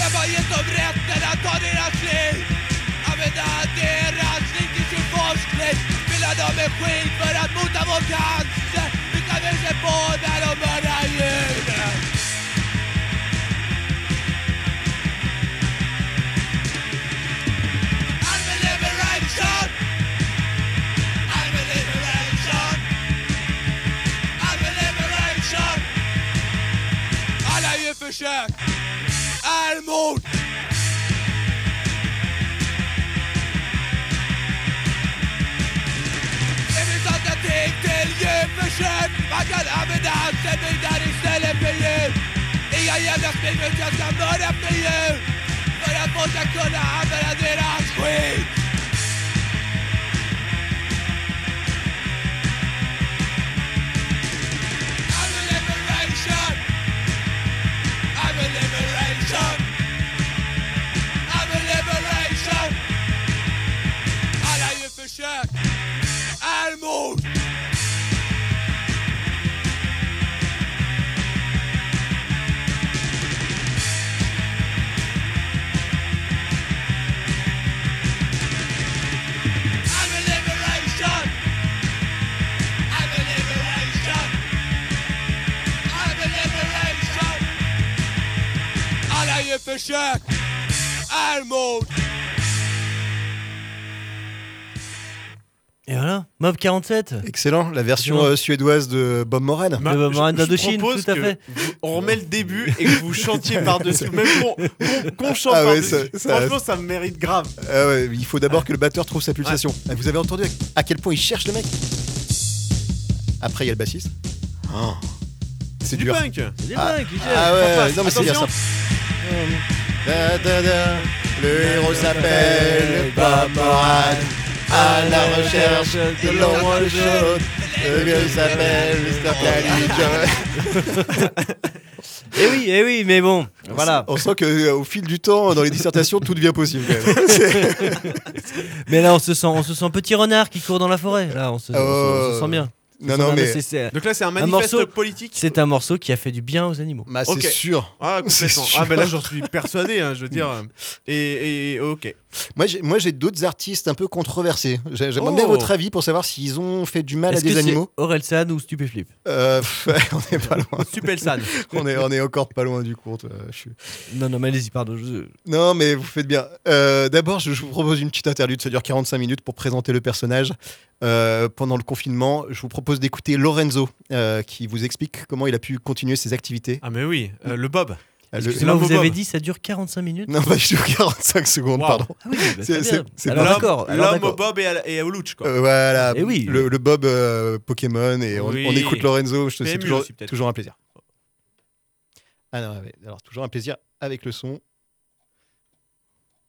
S10: Jag har gett dem rätten att ta deras liv Använda deras liv till sin forskning Fylla dem med skit för att mota vår cancer Vi kan väl se på när de mördar djuren I'm a liberation I'm a liberation I'm a liberation Alla djurförsök är mord Det finns alternativ till djurförsök Man kan använda hasselbilar istället för djur Inga jävla sminkers, jag ska mörda för djur För att folk ska kunna använda deras skit I'm a liberation I'm a liberation I'm a liberation Alla djurförsök är mord I'm a liberation I'm a liberation I'm a liberation Alla djurförsök är mord
S5: Et voilà, Mob 47
S7: Excellent. La version
S5: Excellent.
S7: euh, suédoise de Bob Moran.
S5: Ma- Bah, Miranda
S6: je- je
S5: Indochine,
S6: propose
S5: tout à
S6: que
S5: fait.
S6: vous- on remet le début et que vous chantiez par-dessus. Même qu'on qu'on- qu'on chante
S7: Ah ouais,
S6: par-dessus.
S7: ça- ça-
S6: Franchement, ça me mérite grave.
S7: Ah ouais, il faut d'abord que le batteur trouve sa pulsation. Ah, Vous avez entendu à quel point il cherche le mec Après, il y a le bassiste. Oh. C'est
S6: C'est du
S7: dur.
S6: punk.
S5: C'est des
S7: Ah,
S5: blagues, Michel.
S7: Ah ouais, non mais c'est bien
S6: Attention.
S7: ça. Da, da, da. Le héros s'appelle Bob Moran à la recherche de l'ombre jaune. Le vieux s'appelle Mr. Calijo.
S5: Eh oui, eh oui, mais bon, voilà.
S7: Ah, On sent qu'au fil du temps, dans les dissertations, tout devient possible. quand même.
S5: Mais là, on se sent, on se sent petit renard qui court dans la forêt. Là, on se, on se- on se sent bien. On se
S7: Oh. Non,
S5: sent
S7: non,
S5: bien,
S7: mais
S5: c'est- c'est-
S6: Donc là, c'est un manifeste
S5: morceau-
S6: politique.
S5: C'est un morceau qui a fait du bien aux animaux.
S7: Bah,
S6: Ok.
S7: c'est sûr.
S6: Ah,
S7: C'est
S6: complètement.
S7: sûr.
S6: Ah, ben là, j'en suis persuadé, hein, je veux dire. euh, Et, et- ok.
S7: Moi, j'ai- moi, j'ai d'autres artistes un peu controversés. J'ai- J'aimerais
S6: Oh.
S7: bien votre avis pour savoir s'ils ont fait du mal à
S5: Est-ce que
S7: des
S5: c'est
S7: animaux.
S5: Orelsan ou Stupéflip
S7: Euh, pff, on est pas loin.
S6: Supelsan.
S7: On est, on est encore pas loin du compte. euh, je suis-
S5: Non, non, mais allez-y, pardon. je-
S7: Non, mais vous faites bien. Euh, D'abord, je je vous propose une petite interlude. Ça dure 45 minutes pour présenter le personnage. Euh, pendant le confinement, je vous propose d'écouter Lorenzo, euh, qui vous explique comment il a pu continuer ses activités.
S6: Ah, mais oui, euh, le Bob.
S7: Euh, le-
S5: Excusez-moi,
S6: Lambo
S5: vous avez
S6: Bob.
S5: dit ça dure 45 minutes
S7: Non, bah, je dure 45 secondes,
S6: Wow.
S7: pardon.
S5: Ah oui, bah,
S7: C'est-
S5: très
S7: c'est-
S5: bien.
S7: c'est
S5: Alors
S7: pas-
S5: d'accord, alors
S6: L'homme au
S5: d'accord.
S6: Bob et à, et à Oulouch, quoi.
S7: Euh, voilà,
S5: Eh oui.
S7: le, le Bob euh, Pokémon et on,
S6: Oui.
S7: on écoute Lorenzo, je te
S6: PMU
S7: c'est toujours,
S6: aussi, peut-être.
S7: toujours un plaisir. Ah non, ouais, alors toujours un plaisir avec le son.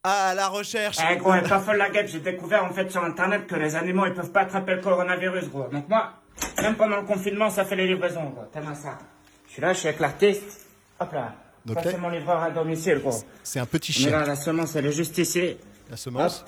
S6: À la recherche.
S11: Eh gros, elle est pas folle la guêpe, j'ai découvert en fait sur internet que les animaux ils peuvent pas attraper le coronavirus gros. Donc moi, même pendant le confinement, ça fait les livraisons gros. T'as bien ça. Je suis là, je suis avec l'artiste. Hop là.
S7: Donc
S11: ça
S7: là-
S11: c'est mon livreur à domicile gros.
S7: C'est un petit
S11: Mais là
S7: chien,
S11: la semence elle est juste ici.
S7: la semence.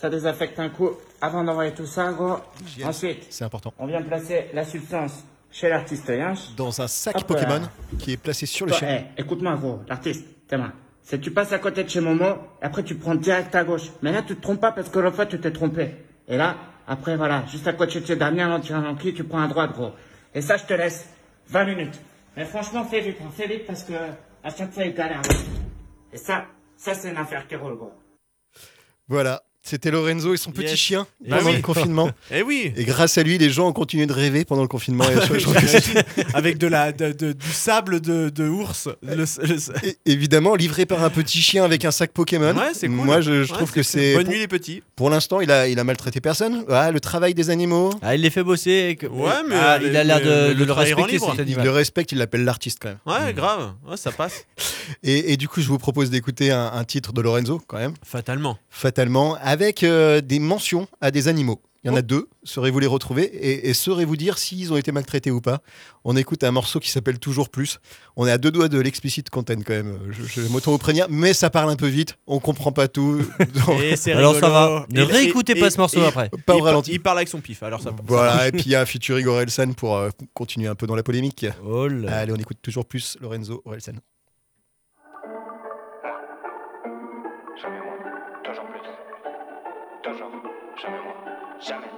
S11: Ça désaffecte un coup avant d'envoyer tout ça gros. Ensuite,
S7: C'est important.
S11: on vient placer la substance chez l'artiste hein. Yinche.
S7: Dans un sac
S11: Hop là.
S7: Pokémon qui est placé sur le
S11: Toi,
S7: chien.
S11: eh, écoute-moi, gros, l'artiste, t'es moi. C'est tu passes à côté de chez Momo, et après tu prends direct à gauche. Mais là, tu te trompes pas parce que l'autre fois, tu t'es trompé. Et là, après, voilà, juste à côté de chez Damien, là, tu viens en cul, tu prends à droite, gros. Et ça, je te laisse 20 minutes. Mais franchement, fais vite, hein, fais vite parce que à chaque fois, il galère. Et ça, ça, c'est une affaire qui roule, gros.
S7: Voilà, c'était Lorenzo et son petit
S6: Yes.
S7: chien
S6: Bah
S7: pendant
S6: oui.
S7: le confinement.
S6: Eh oui.
S7: Et grâce à lui, les gens ont continué de rêver pendant le confinement. Et je- je trouve que c'est-
S6: Avec de la, de- de- du sable de, de ours. Le- le-
S7: et- évidemment, livré par un petit chien avec un sac Pokémon.
S6: Ouais, c'est cool.
S7: Moi, je, je
S6: Ouais,
S7: trouve que c'est.
S6: Bonne
S7: pour-
S6: nuit, les petits.
S7: Pour l'instant, il a, il a maltraité personne. Ah, le travail des animaux.
S5: Ah, il les fait bosser. et que-
S6: Ouais, mais,
S5: Ah,
S6: mais-
S5: il a l'air
S6: mais
S5: de, de
S6: le
S5: le
S6: travail en
S5: respecter
S6: libre.
S5: cet
S7: Il
S5: animal.
S7: le respecte, il l'appelle l'artiste quand même.
S5: Hmm.
S6: Ouais, grave. Ouais, ça passe.
S7: Et, et du coup, je vous propose d'écouter un, un titre de Lorenzo, quand même,
S6: Fatalement.
S7: fatalement, avec euh, des mentions à des animaux. Il y en
S6: Oh.
S7: a deux, saurez-vous les retrouver et, et saurez-vous dire s'ils ont été maltraités ou pas. On écoute un morceau qui s'appelle Toujours Plus. On est à deux doigts de l'explicite content quand même, je, je vais m'auto-prévenir, mais ça parle un peu vite, on comprend pas tout. Donc,
S6: Et c'est
S5: Alors ça
S6: rigolo.
S5: va. Ne
S6: Et-
S5: réécoutez
S6: et-
S5: pas
S6: et-
S5: ce morceau
S6: et-
S5: après.
S7: pas au
S6: il, par-
S7: ralenti.
S6: il parle avec son pif, alors ça passe.
S7: Voilà, et puis il y a un featuring Orelsan pour euh, continuer un peu dans la polémique.
S5: Oh là.
S7: Allez, on écoute toujours plus Lorenzo Orelsan.
S4: Jamais moins, toujours plus. Toujours, jamais moins. Jamais,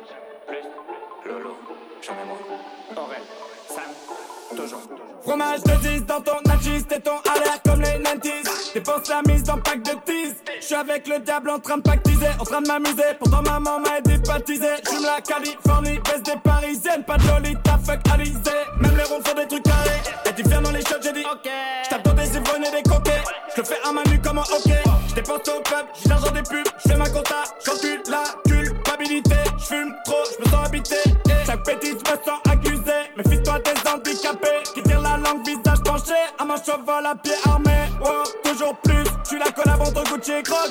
S4: plus. Lolo, jamais moins. Aurel, Sam, toujours. Fromage de 10 dans ton nachis, t'es ton à l'air comme les nantis. Dépense la mise dans pack de tease. Je suis avec le diable en train de pactiser, en train de m'amuser. Pourtant maman m'a aidé baptisé. J'fume la Californie, baisse des parisiennes. Pas de Lolita, fuck Alizé. Même les ronds font des trucs carrés. T'es différent dans les shots, j'ai dit ok. J'tape dans des ivrognes et des coquets. Je le fais à ma nue comme un hockey. J'dépense au peuple, j'ai l'argent des pubs. J'fais ma compta, j'encule la culpabilité. J'fume trop, j'me sens habité. Chaque bêtise, j'me sens accusé. Méfie-toi des handicapés qui tirent la langue, visage penché. À mon cheval à pied armé. Wow, toujours plus. J'suis la collab entre Gucci et Crocs.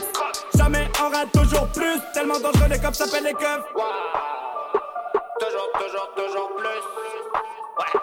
S4: Jamais on rate toujours plus. Tellement dangereux, les cops s'appellent les keufs. Toujours, toujours, toujours plus. Ouais,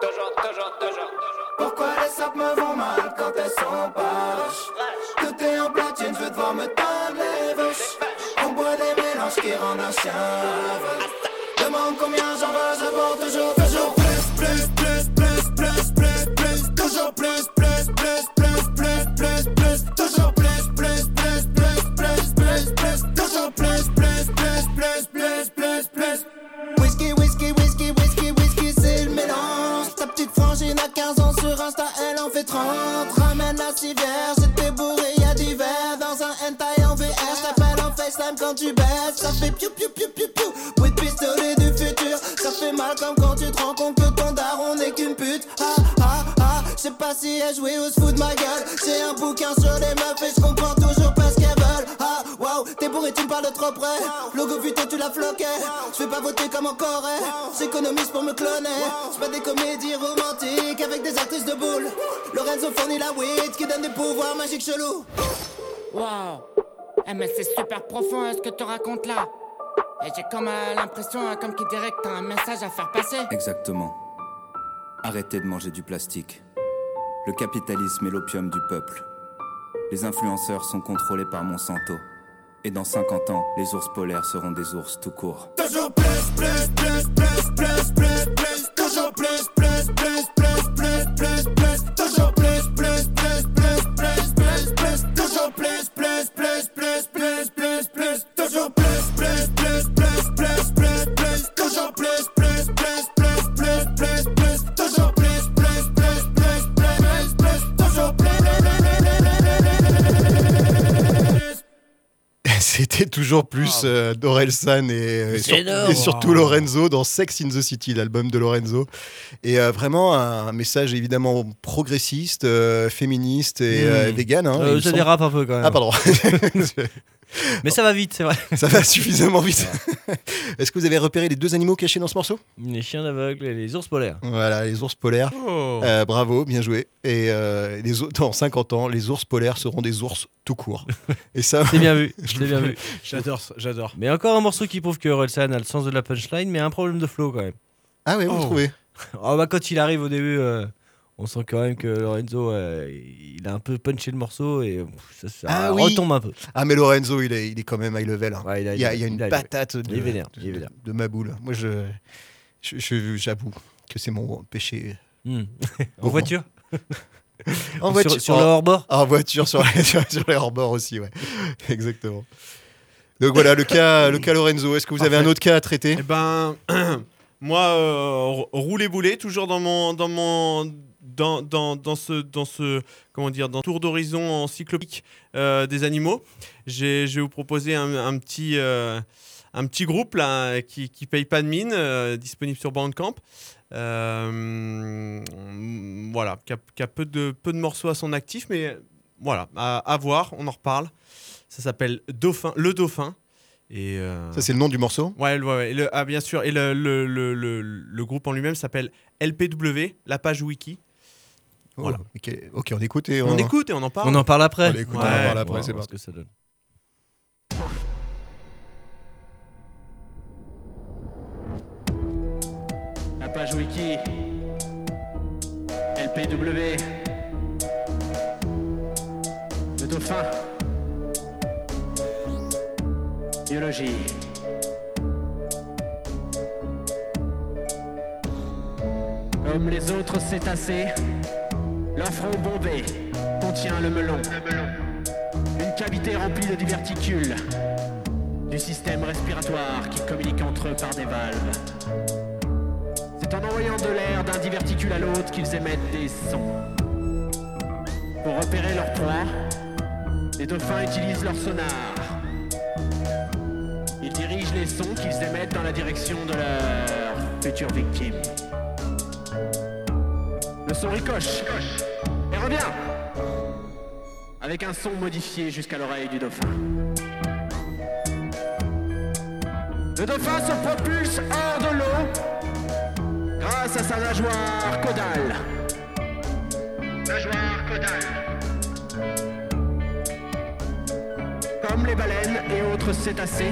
S4: toujours, toujours, toujours. Pourquoi les sapes me vont mal quand elles sont pas riches Tout est en platine, je veux devoir me tendre les vaches. On boit des mélanges qui rendent un chien aveugle. Demande combien j'en veux, je vends toujours, toujours plus, plus, plus, plus, plus, plus, plus, toujours plus, plus, plus, plus, plus, plus, plus, toujours plus, plus, plus, plus, plus, plus, plus, toujours plus, plus, plus, plus, plus, plus, plus. Whisky, whisky, whisky, whisky, whisky, c'est le mélange. Ta petite frangine à 15 ans sur Insta, elle en fait 30. Ramène la civière, j'étais bourré, y'a du verre. Dans un hentai en VR, j't'appelle en FaceTime quand tu baisses. Ça fait piou piou piou piou piou. Bout de pistolet du futur, ça fait mal comme quand tu te rends compte que ton daron n'est qu'une pute. Ah ah ah, j'sais pas si elle jouait ou se fout de ma gueule. J'ai un bouquin sur les meufs et j'comprends toujours pas ce qu'elles veulent. Ah waouh, t'es bourré, tu me parles de trop près. Logo putain, tu l'as floqué. J'fais pas voter comme en Corée. J'économise pour me cloner. C'est pas des comédies romantiques avec des artistes de boule. Lorenzo fournit la weed qui donne des pouvoirs magiques chelous.
S11: Waouh Eh mais c'est super profond hein, ce que tu racontes là. Et j'ai comme euh, l'impression, hein, comme qui dirait que t'as un message à faire passer.
S4: Exactement.
S12: Arrêtez de manger du plastique. Le capitalisme est l'opium du peuple. Les influenceurs sont contrôlés par Monsanto. Et dans 50 ans, les ours polaires seront des ours tout court.
S13: Toujours plus, plus, plus, plus, plus, plus, plus. Toujours plus, plus, plus, plus, plus, plus, plus. Toujours plus, plus, plus, plus, plus, plus, plus. Toujours plus, plus, plus, plus, plus, plus, plus. Toujours plus, plus, plus, plus, plus, plus, plus. Toujours plus, plus, plus, plus, plus, plus, plus. Toujours plus, plus, plus, plus, plus, plus, plus. Toujours plus,
S7: C'était toujours plus euh, Dorelsan et, euh, et
S5: C'est
S7: surtout-
S5: Ah. énorme.
S7: et surtout Lorenzo dans Sex in the City, l'album de Lorenzo. Et euh, vraiment un message évidemment progressiste, euh, féministe et
S5: Mm.
S7: euh, vegan. hein, il
S5: Euh,
S7: me
S5: ça
S7: semble.
S5: dérape un peu quand même.
S7: Ah pardon,
S5: Mais ça va vite, c'est vrai.
S7: ça va suffisamment vite. Est-ce que vous avez repéré les deux animaux cachés dans ce morceau
S5: Les chiens d'aveugles et les ours polaires.
S7: Voilà, les ours polaires.
S6: Oh.
S7: Euh, bravo, bien joué. Et euh, les ours- dans 50 ans, les ours polaires seront des ours tout court. Et ça,
S5: C'est bien vu, c'est bien vu.
S6: J'adore, ça, j'adore.
S5: Mais encore un morceau qui prouve que Orelsan a le sens de la punchline, mais un problème de flow quand même.
S7: ah ouais, vous
S6: Oh.
S7: trouvez
S5: Ah bah quand il arrive au début, euh, on sent quand même que Lorenzo, euh, il a un peu punché le morceau et pff, ça, ça
S7: Ah oui.
S5: retombe un peu.
S7: Ah mais Lorenzo, il est, il est quand même high level. hein.
S5: Ouais, a-
S7: Il y a, il y a une
S5: a-
S7: patate
S5: il est
S7: de,
S5: vénère, il est
S7: de-
S5: vénère.
S7: de ma boule. Moi, je, je- je- j'avoue que c'est mon péché.
S5: Hmm. en
S7: Bon.
S5: voiture
S7: En
S5: Sur-
S7: voiture,
S5: Sur, le hors-bord
S7: en voiture, sur les, sur sur les hors-bords aussi, ouais. Exactement. Donc voilà le cas, le cas Lorenzo. Est-ce que vous avez un autre cas à traiter
S6: Eh ben, moi, euh, rouler boulet, toujours dans mon, dans mon, dans, dans, dans ce, dans ce, comment dire, dans tour d'horizon encyclopédique euh, des animaux. J'ai- Je vais vous proposer un, un petit, euh, un petit groupe là qui, qui paye pas de mine, euh, disponible sur Bandcamp. Euh, voilà, qui a, qui a peu de, peu de morceaux à son actif, mais voilà, à, à voir, on en reparle. Ça s'appelle Dauphin, le Dauphin. Et euh,
S7: Ça, c'est le nom du morceau
S6: Ouais, ouais, ouais. Et le- ah, bien sûr. Et le, le, le, le, le groupe en lui-même s'appelle LPW, la page wiki.
S7: Oh,
S6: Voilà.
S7: ok, ok, on écoute et on,
S6: On écoute et on en parle.
S5: On en parle après.
S7: Allez, écoute,
S6: on en parle
S7: après, c'est
S5: voir
S7: parti.
S5: ce que ça donne.
S13: La page wiki. LPW. Le dauphin. Biologie. Comme les autres cétacés, leur front bombé contient le melon. Une cavité remplie de diverticules, du système respiratoire qui communique entre eux par des valves. C'est en envoyant de l'air d'un diverticule à l'autre qu'ils émettent des sons. Pour repérer leur proie, les dauphins utilisent leur sonar. Ils dirigent les sons qu'ils émettent dans la direction de leur future victime. Le son ricoche et revient avec un son modifié jusqu'à l'oreille du dauphin. Le dauphin se propulse hors de l'eau grâce à sa nageoire caudale. Nageoire caudale. Comme les baleines et autres cétacés,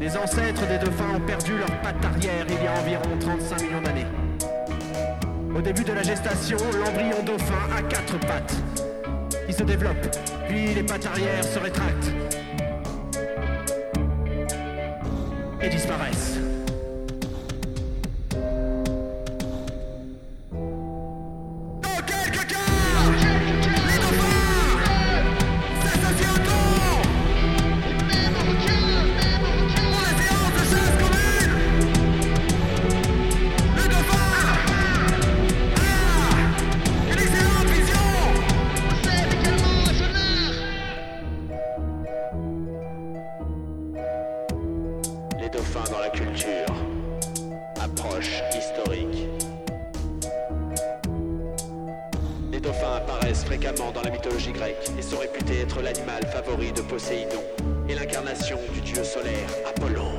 S13: les ancêtres des dauphins ont perdu leur patte arrière il y a environ 35 millions d'années. Au début de la gestation, l'embryon dauphin a quatre pattes. Il se développe, puis les pattes arrière se rétractent et disparaissent. Dans quelques cas, les dauphins s'associent au thon. Pour la séance de chasse commune, le dauphin a une excellente vision. C'est également un sonar. Les dauphins dans la culture. Approche historique. Les dauphins apparaissent fréquemment dans la mythologie grecque et sont réputés être l'animal favori de Poséidon et l'incarnation du dieu solaire Apollon.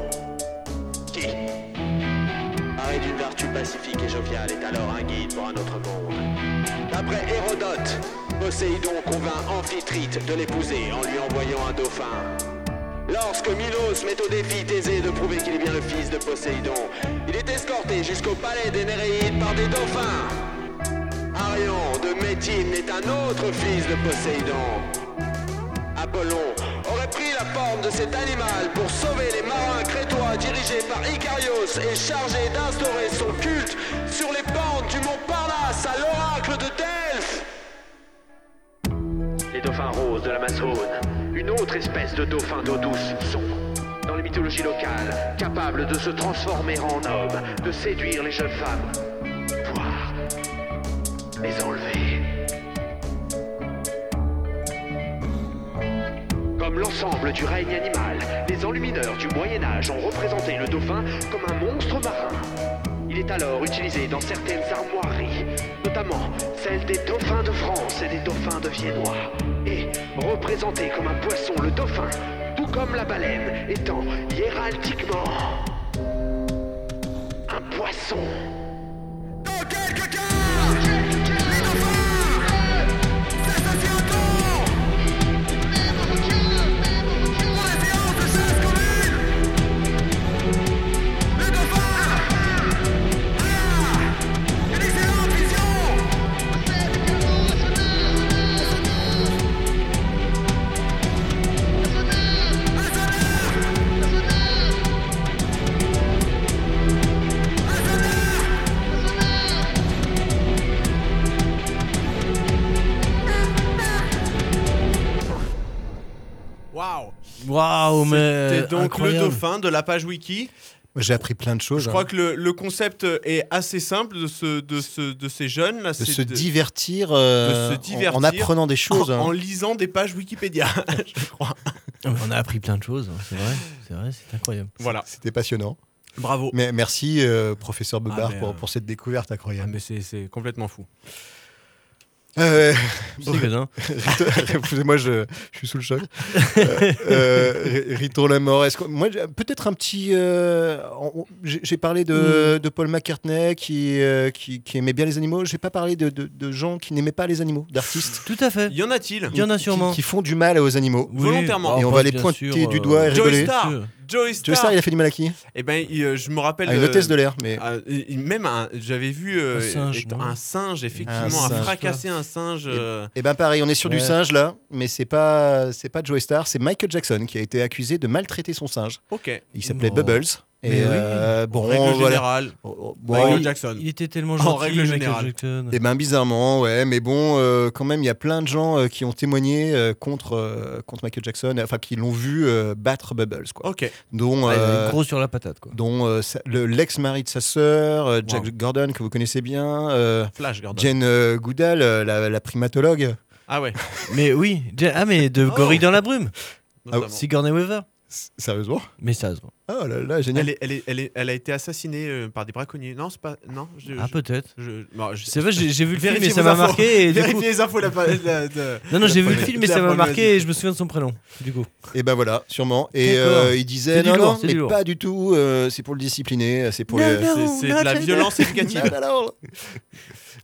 S13: Qui, paré d'une vertu pacifique et joviale, est alors un guide pour un autre monde. D'après Hérodote, Poséidon convainc Amphitrite de l'épouser en lui envoyant un dauphin. Lorsque Milos met au défi Thésée de prouver qu'il est bien le fils de Poséidon, il est escorté jusqu'au palais des Néréides par des dauphins. Arion de Médine est un autre fils de Poséidon. Apollon aurait pris la forme de cet animal pour sauver les marins crétois dirigés par Icarios et chargé d'instaurer son culte sur les pentes du mont Parnasse à l'oracle de Delphes.
S14: Les dauphins roses de l'Amazone, une autre espèce de dauphins d'eau douce, sont, dans les mythologies locales, capables de se transformer en hommes, de séduire les jeunes femmes, voire les enlever. Comme l'ensemble du règne animal, les enlumineurs du Moyen Âge ont représenté le dauphin comme un monstre marin. Il est alors utilisé dans certaines armoiries, notamment celle des dauphins de France et des dauphins de Viennois, et représenté comme un poisson le dauphin, tout comme la baleine, étant hiéraldiquement un poisson.
S6: Waouh
S5: Waouh, mais.
S6: C'était donc
S5: Euh, incroyable.
S6: le dauphin de la page wiki.
S7: J'ai appris plein de choses. hein.
S6: Je crois que le, le concept est assez simple de, ce, de, ce, de ces jeunes. Là,
S7: de
S6: c'est
S7: se
S6: de-
S7: divertir,
S6: de
S7: euh,
S6: se
S7: en-
S6: divertir
S7: en, apprenant des choses. hein.
S6: en, en lisant des pages Wikipédia, je crois.
S5: On a appris plein de choses, hein, c'est vrai, c'est vrai, c'est incroyable.
S6: Voilà.
S7: C'était passionnant.
S6: Bravo.
S7: Mais merci, euh, professeur Bebard,
S6: mais,
S7: pour,
S6: euh,
S7: pour cette découverte
S6: Ah,
S7: incroyable.
S6: mais c'est- c'est complètement fou.
S7: Euh,
S5: C'est hein. que non.
S7: Rito- Excusez-moi, je, je suis sous le choc. Euh, euh, Ri- Riton la mort. Est-ce que moi j'ai- peut-être un petit. euh, on- on- j'ai j'ai parlé
S5: Mm.
S7: de, de Paul McCartney qui, euh, qui, qui aimait bien les animaux. J'ai pas parlé de, de- de gens qui n'aimaient pas les animaux, d'artistes
S5: Tout à fait.
S6: Y en a-t-il
S5: Il y en a
S7: qui-
S5: sûrement.
S7: qui, font du mal aux animaux.
S5: Oui,
S6: volontairement.
S7: Et on
S5: bah,
S7: va les
S5: bien
S7: pointer
S5: sûr,
S7: du
S5: euh,
S7: doigt et
S6: Joey
S7: rigoler.
S6: Star.
S5: Monsieur.
S6: Joey
S7: Joey
S6: Star.
S7: Star, il a fait du mal à qui
S6: Eh ben, il, euh, je me rappelle.
S7: À une
S6: euh,
S7: hôtesse de l'air, mais
S6: ah, il- même un- j'avais vu euh,
S5: Un singe,
S6: étant-
S5: non
S6: un singe, effectivement,
S7: Un
S6: a
S7: singe.
S6: fracassé un singe. euh,
S7: Eh ben pareil, on est sur du
S5: Ouais.
S7: singe là, mais c'est pas c'est pas Joey Star, c'est Michael Jackson qui a été accusé de maltraiter son singe.
S6: Ok.
S7: Il s'appelait
S5: Non.
S7: Bubbles. Et
S5: Mais oui.
S7: euh,
S6: En
S7: bon,
S6: règle
S7: voilà.
S6: générale,
S7: Oh, oh,
S6: Michael
S7: bon, il-
S6: Jackson.
S5: Il était tellement
S6: En
S5: gentil,
S6: règle
S5: Michael
S6: générale.
S5: Jackson.
S7: Eh ben bizarrement, ouais, mais bon, euh, quand même, il y a plein de gens euh, qui ont témoigné euh, contre euh, contre Michael Jackson, enfin qui l'ont vu euh, battre Bubbles, quoi.
S6: Ok.
S7: Dont
S5: Ah, il
S7: euh,
S5: est gros sur la patate, quoi.
S7: dont euh, sa- le- l'ex-mari de sa sœur, euh, Jack
S6: Wow.
S7: Gordon que vous connaissez bien, euh,
S6: Flash, Gordon.
S7: Jane euh, Goodall, euh, la, la primatologue.
S6: Ah ouais.
S5: Mais oui, Ja- ah mais de
S6: Oh.
S5: Gorille dans la brume,
S6: notamment.
S5: Sigourney Weaver.
S7: Ah, S- Sérieusement
S5: Mais sérieusement.
S7: Oh là là,
S6: Elle,
S7: génial.
S6: est- elle, est- elle, est- elle a été assassinée euh, par des braconniers. Non, c'est pas. Non, je.
S5: Ah
S6: je-
S5: peut-être.
S6: je- bon, je-
S5: C'est vrai, j'ai j'ai vu le film
S6: Vérifiez
S5: et ça
S6: vos
S5: m'a
S6: infos.
S5: marqué. Et du
S6: Vérifiez
S5: coup...
S6: les infos. La, pa- la- de-
S5: Non, non,
S6: la
S5: j'ai vu le
S6: première-
S5: film et
S6: la
S5: ça m'a
S6: première
S5: marqué et
S6: vidéo.
S5: je me souviens de son prénom. Du coup.
S7: Et ben voilà, sûrement. Et
S5: D'accord.
S7: euh, il disait
S5: C'est du
S7: non,
S5: lourd,
S7: non,
S5: c'est
S7: mais
S5: du lourd.
S7: pas du tout. euh, c'est pour le discipliner, euh, c'est pour le. Ah, bah,
S6: C'est c'est de la violence
S7: Non,
S6: éducative.
S7: non, non.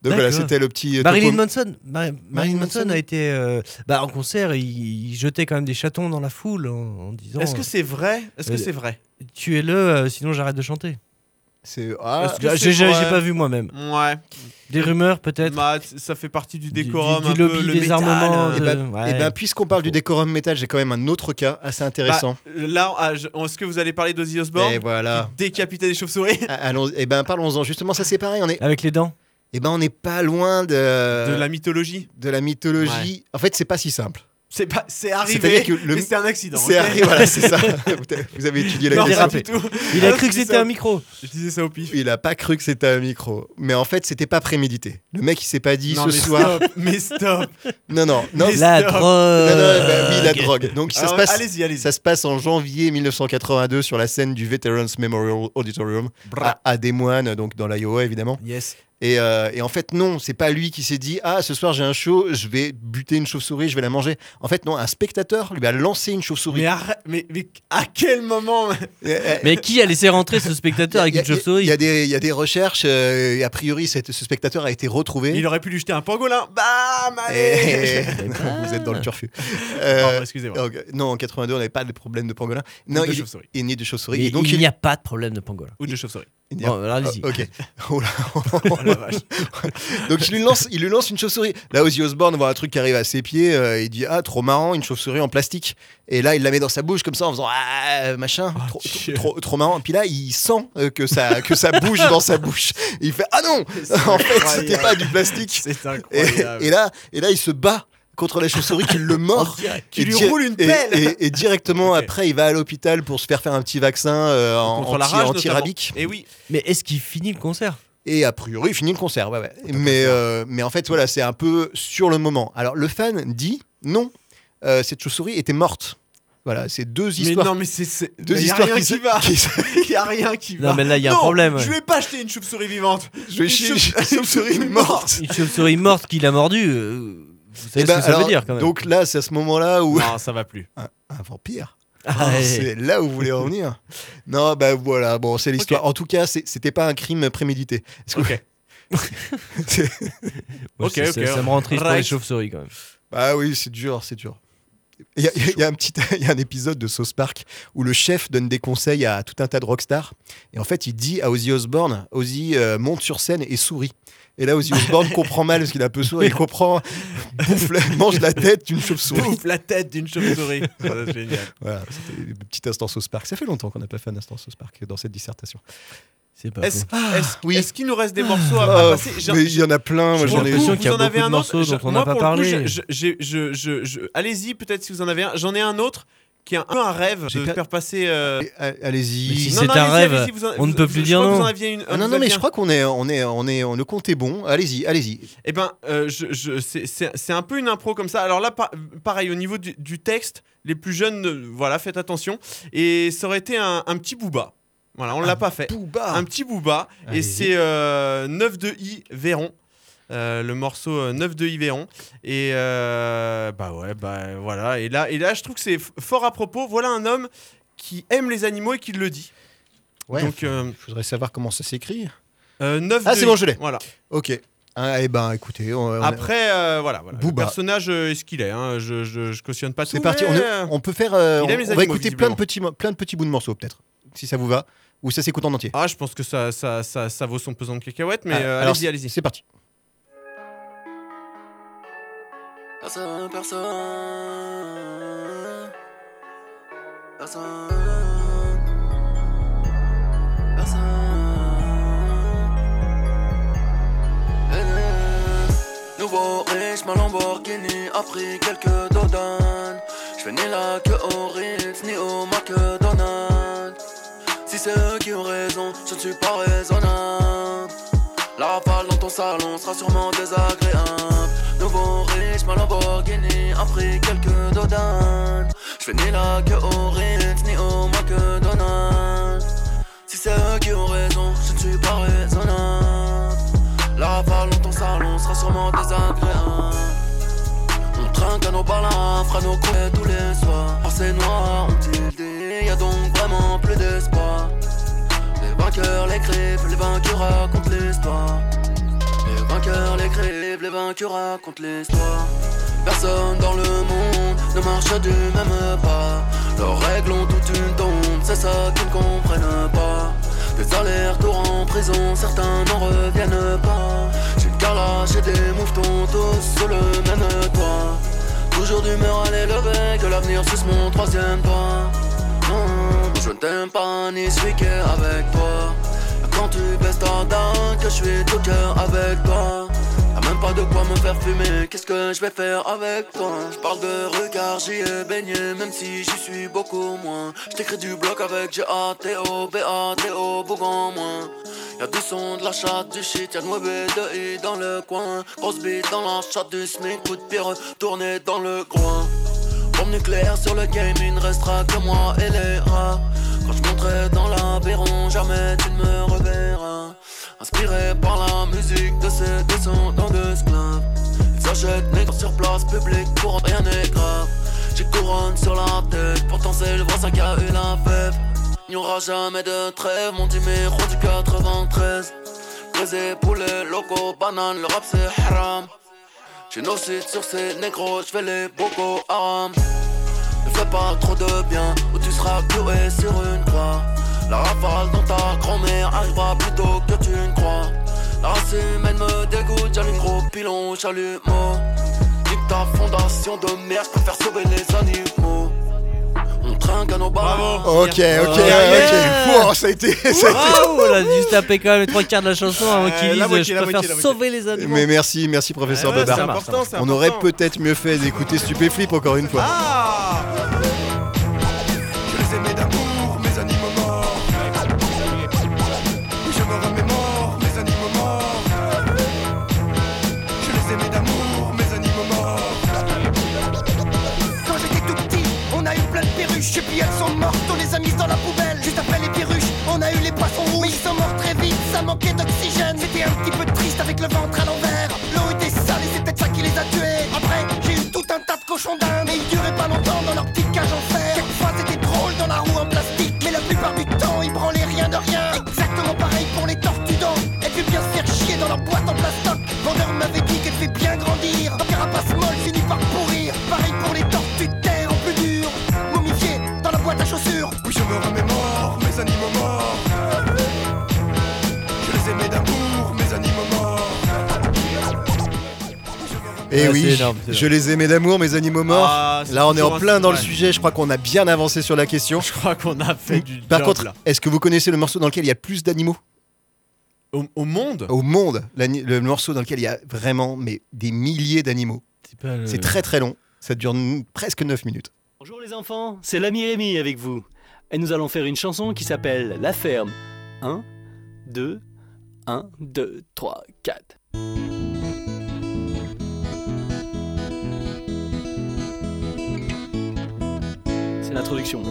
S7: Donc voilà,
S5: D'accord.
S7: c'était le petit. euh,
S5: Marilyn
S7: topo-
S5: Manson. Ma- Marilyn Manson
S7: Manson.
S5: a été euh, bah, en concert, il, il jetait quand même des chatons dans la foule en, en disant
S6: Est-ce que c'est vrai Est-ce que
S5: Euh,
S6: c'est vrai
S5: euh, tuez-le, euh, sinon j'arrête de chanter.
S7: C'est ah,
S6: Est-ce que
S5: J'ai
S6: c'est
S5: j'ai- j'ai
S6: vrai
S5: pas vu moi-même.
S6: Ouais.
S5: Des rumeurs peut-être.
S6: Bah, c- ça fait partie du
S5: Du-
S6: décorum,
S5: du- du
S6: un peu,
S5: lobby
S6: le
S5: des
S6: métal,
S5: armements,
S6: euh,
S5: de-
S7: Eh ben,
S5: Ouais.
S7: eh ben, puisqu'on parle du décorum métal, j'ai quand même un autre cas assez intéressant.
S6: Bah, là, ah, je- est-ce que vous allez parler d'Ozzy Osbourne
S7: et voilà.
S6: Décapiter des chauves-souris
S7: Ah, Allons, eh ben parlons-en justement. Ça c'est pareil. On est,
S5: Avec les dents.
S7: eh ben on n'est pas loin de
S6: De la mythologie
S7: de la mythologie. En fait, c'est pas si simple.
S6: C'est pas, c'est
S7: C'est-à-dire
S6: arrivé,
S7: que le-
S6: mais c'est un accident.
S7: C'est
S6: ok
S7: arri- voilà, c'est ça. Vous avez étudié la
S6: Non,
S7: question.
S6: pas du tout.
S5: Il a
S6: Ah, je
S5: cru que
S6: dis
S5: c'était
S6: ça-
S5: un micro.
S6: Je disais ça au pif.
S7: Il a pas cru que c'était un micro, mais en fait, c'était pas prémédité. Le mec, il s'est pas dit
S6: Non, mais
S7: ce soir.
S6: stop, mais stop.
S7: Non, non, non.
S6: Mais-
S5: La
S6: Stop.
S5: drogue.
S7: Non,
S5: Ah
S7: non, bah oui, la drogue. Donc ça se
S6: Alors,
S7: passe.
S6: Allez-y, allez-y.
S7: Ça se passe en janvier 1982 sur la scène du Veterans Memorial Auditorium
S6: Bra.
S7: à, à Des Moines, donc dans l'Iowa évidemment.
S6: Yes.
S7: Et, euh, et en fait, non, c'est pas lui qui s'est dit Ah, ce soir j'ai un show, je vais buter une chauve-souris, je vais la manger. En fait, non, un spectateur lui a lancé une chauve-souris.
S6: Mais, mais, mais à quel moment
S5: Mais qui a laissé rentrer ce spectateur avec
S7: Il y a-
S5: une chauve-souris
S7: Il y, a des- il y a des recherches, euh, et a priori, cette- ce spectateur a été retrouvé.
S6: Il aurait pu lui jeter un pangolin. Bam
S7: Et-
S6: Allez
S7: Eh. Vous êtes dans le turfu.
S6: Pardon,
S7: Euh,
S6: excusez-moi.
S7: donc, non, en 82, on n'avait pas de problème de pangolin. Non,
S6: de
S7: il-
S6: chauve-souris.
S7: Et ni de chauve-souris.
S5: Mais
S7: Et donc,
S5: il
S7: il-
S5: n'y a pas de problème de pangolin.
S6: Ou de chauve-souris.
S7: il n'y a-
S5: Bon, alors allez-y.
S7: Ah, ok. Oh là.
S6: Oh la vache.
S7: Donc il lui lance, il lui lance une chauve-souris. Là, Ozzy Osbourne voit un truc qui arrive à ses pieds, euh, il dit ah trop marrant, une chauve-souris en plastique. Et là, il la met dans sa bouche comme ça en faisant ah machin, trop,
S6: Dieu.
S7: trop, trop- trop marrant. Puis là, il sent euh, que ça que ça bouge dans sa bouche. Et il fait ah non, en fait, c'était
S6: incroyable.
S7: pas du plastique.
S6: C'est
S7: Et,
S6: incroyable.
S7: et là, et là, il se bat contre la chauve-souris qui le mord.
S6: Qui
S7: Et
S6: lui
S7: di-
S6: roule une
S7: et-
S6: pelle.
S7: Et, et directement
S6: Ok.
S7: après, il va à l'hôpital pour se faire faire un petit vaccin euh, en-
S6: Contre la
S7: anti-
S6: rage, notamment.
S7: anti-rabique.
S6: Et oui.
S5: Mais est-ce qu'il finit le concert
S7: Et a priori, il finit le concert. ouais, ouais. Mais, euh, mais en fait, voilà, c'est un peu sur le moment. Alors, le fan dit non, euh, cette chauve-souris était morte. Voilà, c'est deux
S6: Mais
S7: histoires.
S6: non, mais c'est- c'est.
S7: deux
S6: Il y a
S7: histoires
S6: rien
S7: qui,
S6: qui,
S7: se-
S6: va.
S7: qui se-
S6: Il y a rien qui va.
S5: Non, mais là, il y a un
S6: Non,
S5: problème.
S6: Je vais pas acheter une chauve-souris vivante.
S7: Je vais
S6: Une
S7: chier une
S6: chauve-
S7: chauve-souris morte.
S5: Une chauve-souris morte qu'il a mordue, euh, vous
S7: Eh
S5: savez
S7: ben,
S5: ce que ça
S7: alors,
S5: veut dire quand même.
S7: Donc là, c'est à ce moment-là où.
S6: Non, ça va plus.
S7: Un vampire.
S5: Ah, ouais.
S7: C'est là où vous voulez en venir. Non, bah voilà, bon, c'est l'histoire. En tout cas, c'est- c'était pas un crime prémédité. Est-ce que-
S6: Ok.
S7: C'est-
S5: Moi,
S6: Ok,
S5: ça-
S6: ok.
S5: ça, ça me rend triste pour les
S6: Right.
S5: chauves-souris quand même.
S7: Bah oui, c'est dur, c'est dur. Il y, a- il y a un petit, il y a un épisode de South Park où le chef donne des conseils à tout un tas de rockstars. Et en fait, il dit à Ozzy Osbourne, Ozzy euh, monte sur scène et sourit. Et là, Ozzy Osbourne comprend mal parce qu'il a un peu souri. Il comprend, bouffe, la- mange la tête d'une chauve-souris.
S6: Pouf, la tête d'une chauve-souris. Ah, c'est Génial.
S7: Voilà, c'était le petit instant South Park. Ça fait longtemps qu'on n'a pas fait un instant South Park dans cette dissertation.
S5: C'est pas
S6: Est-ce ah,
S5: faux.
S6: est-ce-
S7: oui.
S6: est-ce qu'il nous reste des morceaux à, à
S7: Ah,
S6: passer J'ai-
S7: mais il y en a plein. Moi,
S5: J'ai
S6: Pour
S7: j'en
S6: le
S7: ai.
S5: l'impression
S6: coup,
S5: qu'il y a
S6: vous en
S5: beaucoup
S6: avez
S5: de
S6: un
S5: morceaux
S6: autre.
S5: dont
S6: Je-
S5: on
S6: moi,
S5: n'a pas
S6: pour le coup,
S5: parlé.
S6: je- je- je- je- je- Allez-y, peut-être si vous en avez un. J'en ai un autre qui est un peu un rêve
S7: J'ai
S6: de
S7: pas-
S6: faire passer. euh,
S5: Mais
S7: Allez-y.
S5: si
S6: non,
S5: c'est
S6: non,
S5: un
S6: allez-y,
S5: rêve,
S6: allez-y, vous en-
S5: on ne
S6: vous-
S5: peut plus
S6: je
S5: dire
S6: crois que
S5: non.
S6: Vous en aviez une.
S7: Ah non,
S6: vous
S7: non, mais
S6: aviez
S7: je
S6: un.
S7: crois qu'on est, on est, on est, le compte est bon. Allez-y, allez-y.
S6: Eh ben, euh, je, je- c'est- c'est c'est un peu une impro comme ça. Alors là, pa- pareil, au niveau du, du texte, les plus jeunes, euh, voilà, faites attention. Et ça aurait été un, un petit booba. Voilà, on l'a pas fait.
S7: Booba.
S6: Un petit booba.
S7: Allez-y.
S6: Et c'est euh, 9 de I Véron. Euh, le morceau euh, 9 de Yvéron et euh, bah ouais bah voilà et là et là je trouve que c'est f- fort à propos voilà un homme qui aime les animaux et qui le dit
S7: Ouais.
S6: donc euh,
S7: Il faudrait savoir comment ça s'écrit.
S6: euh, 9
S7: Ah,
S6: de
S7: c'est bon,
S6: I.
S7: je l'ai.
S6: voilà
S7: Ok. Ah, eh ben, écoutez, on, on-
S6: Après, euh, voilà, voilà. le
S7: Booba.
S6: personnage euh, est ce qu'il est. hein. Je, je, je cautionne pas tout.
S7: c'est parti.
S6: mais,
S7: On, est-
S6: euh,
S7: on peut faire. euh,
S6: Il
S7: on,
S6: aime les
S7: on va
S6: animaux,
S7: écouter plein
S6: visiblement.
S7: de petits, mo- plein de petits bouts de morceaux peut-être, si ça vous va, ou ça s'écoute en entier.
S6: Ah, je pense que ça, ça, ça, ça vaut son pesant de cacahuètes, mais
S7: Ah,
S6: euh,
S7: alors,
S6: allez-y, allez-y.
S7: C'est parti.
S15: Personne, personne. Personne. Personne. Eh, Nouveau riche, ma Lamborghini a pris quelques dodanes. Je fais ni la queue au Ritz, ni au McDonald's. Si c'est eux qui ont raison, je ne suis pas raisonnable. La rafale dans ton salon sera sûrement désagréable. Nouveau riche, ma Lamborghini a pris quelques dodanes. Je fais ni la queue au Ritz, ni au McDonald's. Si c'est eux qui ont raison, je ne suis pas raisonnable. La rafale dans ton salon sera sûrement désagréable. On trinque à nos balles, fera nos coups tous les soirs. Par ces noirs, on tilde, y a donc vraiment plus d'espoir. Les vainqueurs, les crèves, les vainqueurs racontent l'histoire. Les vainqueurs, les crèves, les vainqueurs racontent l'histoire. Personne dans le monde ne marche du même pas. Leurs règles ont toute une tonte, c'est ça qu'ils ne comprennent pas. Des allers-retours en prison, certains n'en reviennent pas. J'ai une calage et des mouvetons, tous sous le même toit. Toujours d'humeur à l'élever, que l'avenir suce mon troisième doigt. Non, Mmh, je ne t'aime pas ni celui qui est avec toi. Quand tu baisses ta dame, que je suis tout cœur avec toi. Y'a même pas de quoi me faire fumer, qu'est-ce que je vais faire avec toi Je parle de regard, j'y ai baigné, même si j'y suis beaucoup moins. Je t'écris du bloc avec G-A-T-O, B-A-T-O, Bougon moins. Y'a du son de la chatte, du shit, y'a noé de i dans le coin. Grosse bite dans la chatte du smic, coup de pire, tourné dans le coin. Bombe nucléaire sur le game, il ne restera que moi et les rats. Quand je monterai dans l'Aveyron, jamais tu ne me reverras. Inspiré par la musique de ses descendants d'esclaves Ils s'achètent nègres sur place publique pour rien n'est grave J'ai couronne sur la tête, pourtant c'est le voisin qui a eu la fève Il n'y aura jamais de trêve, mon numéro du 93 Brisé, poulet, loco, banane, le rap c'est haram J'ai nos sites sur ces négros, j'fais les bocos haram Ne fais pas trop de bien, ou tu seras cloué sur une croix la rafale dans ta grand-mère arrivera plus tôt que tu ne crois. La race humaine me dégoûte, j'allume gros pilon, j'allume mot. Nique ta fondation de merde, je préfère sauver les animaux. On trinque à nos barres.
S7: Ok, eh, ok, ok.
S5: Ouais. Oh, Yeah.
S7: Fou, hein, ça a été. ça a été- Eh,
S5: Waouh, elle a dû se taper quand même les trois quarts de la chanson avant qu'il
S6: Euh, la
S5: dise
S6: moitié, la
S5: Oh, Je préfère
S6: moitié, la moitié.
S5: sauver les animaux.
S7: Mais merci, merci professeur
S5: Ouais, ouais,
S7: Bobard.
S5: c'est important, c'est
S7: On
S5: important.
S7: aurait peut-être mieux fait d'écouter Stupéflip encore une fois.
S15: Je les aimais d'amour, mes animaux morts. Je me remémore, mes animaux morts. Je les aimais d'amour, mes animaux morts.
S16: Quand j'étais tout petit, on a eu plein de perruches, et puis elles sont mortes, on les a mises dans la poubelle. Juste après les perruches, on a eu les poissons rouges, mais ils sont morts très vite, ça manquait d'oxygène. C'était un petit peu triste avec le ventre à l'envers. L'eau était sale et c'est peut-être ça qui les a tués. Après, j'ai eu tout un tas de cochons d'Inde, mais ils duraient pas longtemps dans leur petite cage en fer. Quelquefois, c'était drôle dans la roue en plastique, mais la plupart du temps, ils branlaient rien de rien. Exactement pareil pour les tortues d'eau, elles devaient bien se faire chier dans leur boîte en plastoc. Vendeur m'avait dit qu'elle fait bien grandir, ma carapace molle finit par pourrir. Pareil pour les tortues de terre en plus dur, momifiées dans la boîte à chaussures.
S15: Oui, je me remémore, mes animaux morts. Je les aimais d'amour, mes animaux morts.
S7: Et
S5: Ouais,
S7: Eh oui,
S5: c'est énorme, c'est
S7: je les aimais d'amour, mes animaux morts.
S6: Ah, c'est
S7: là, on est
S6: toujours
S7: en plein
S6: un-
S7: dans le
S6: ouais.
S7: sujet. Je crois qu'on a bien avancé sur la question.
S6: Je crois qu'on a fait du
S7: Par
S6: job,
S7: contre,
S6: là.
S7: est-ce que vous connaissez le morceau dans lequel il y a plus d'animaux
S6: Au, au monde
S7: au monde l'ani- Le morceau dans lequel il y a vraiment mais, des milliers d'animaux.
S5: pas le-
S7: C'est très très long. Ça dure n- presque 9 minutes.
S17: Bonjour les enfants, c'est l'ami Rémi avec vous. Et nous allons faire une chanson qui s'appelle La ferme. 1, 2, 1, 2, 3, 4. C'est l'introduction.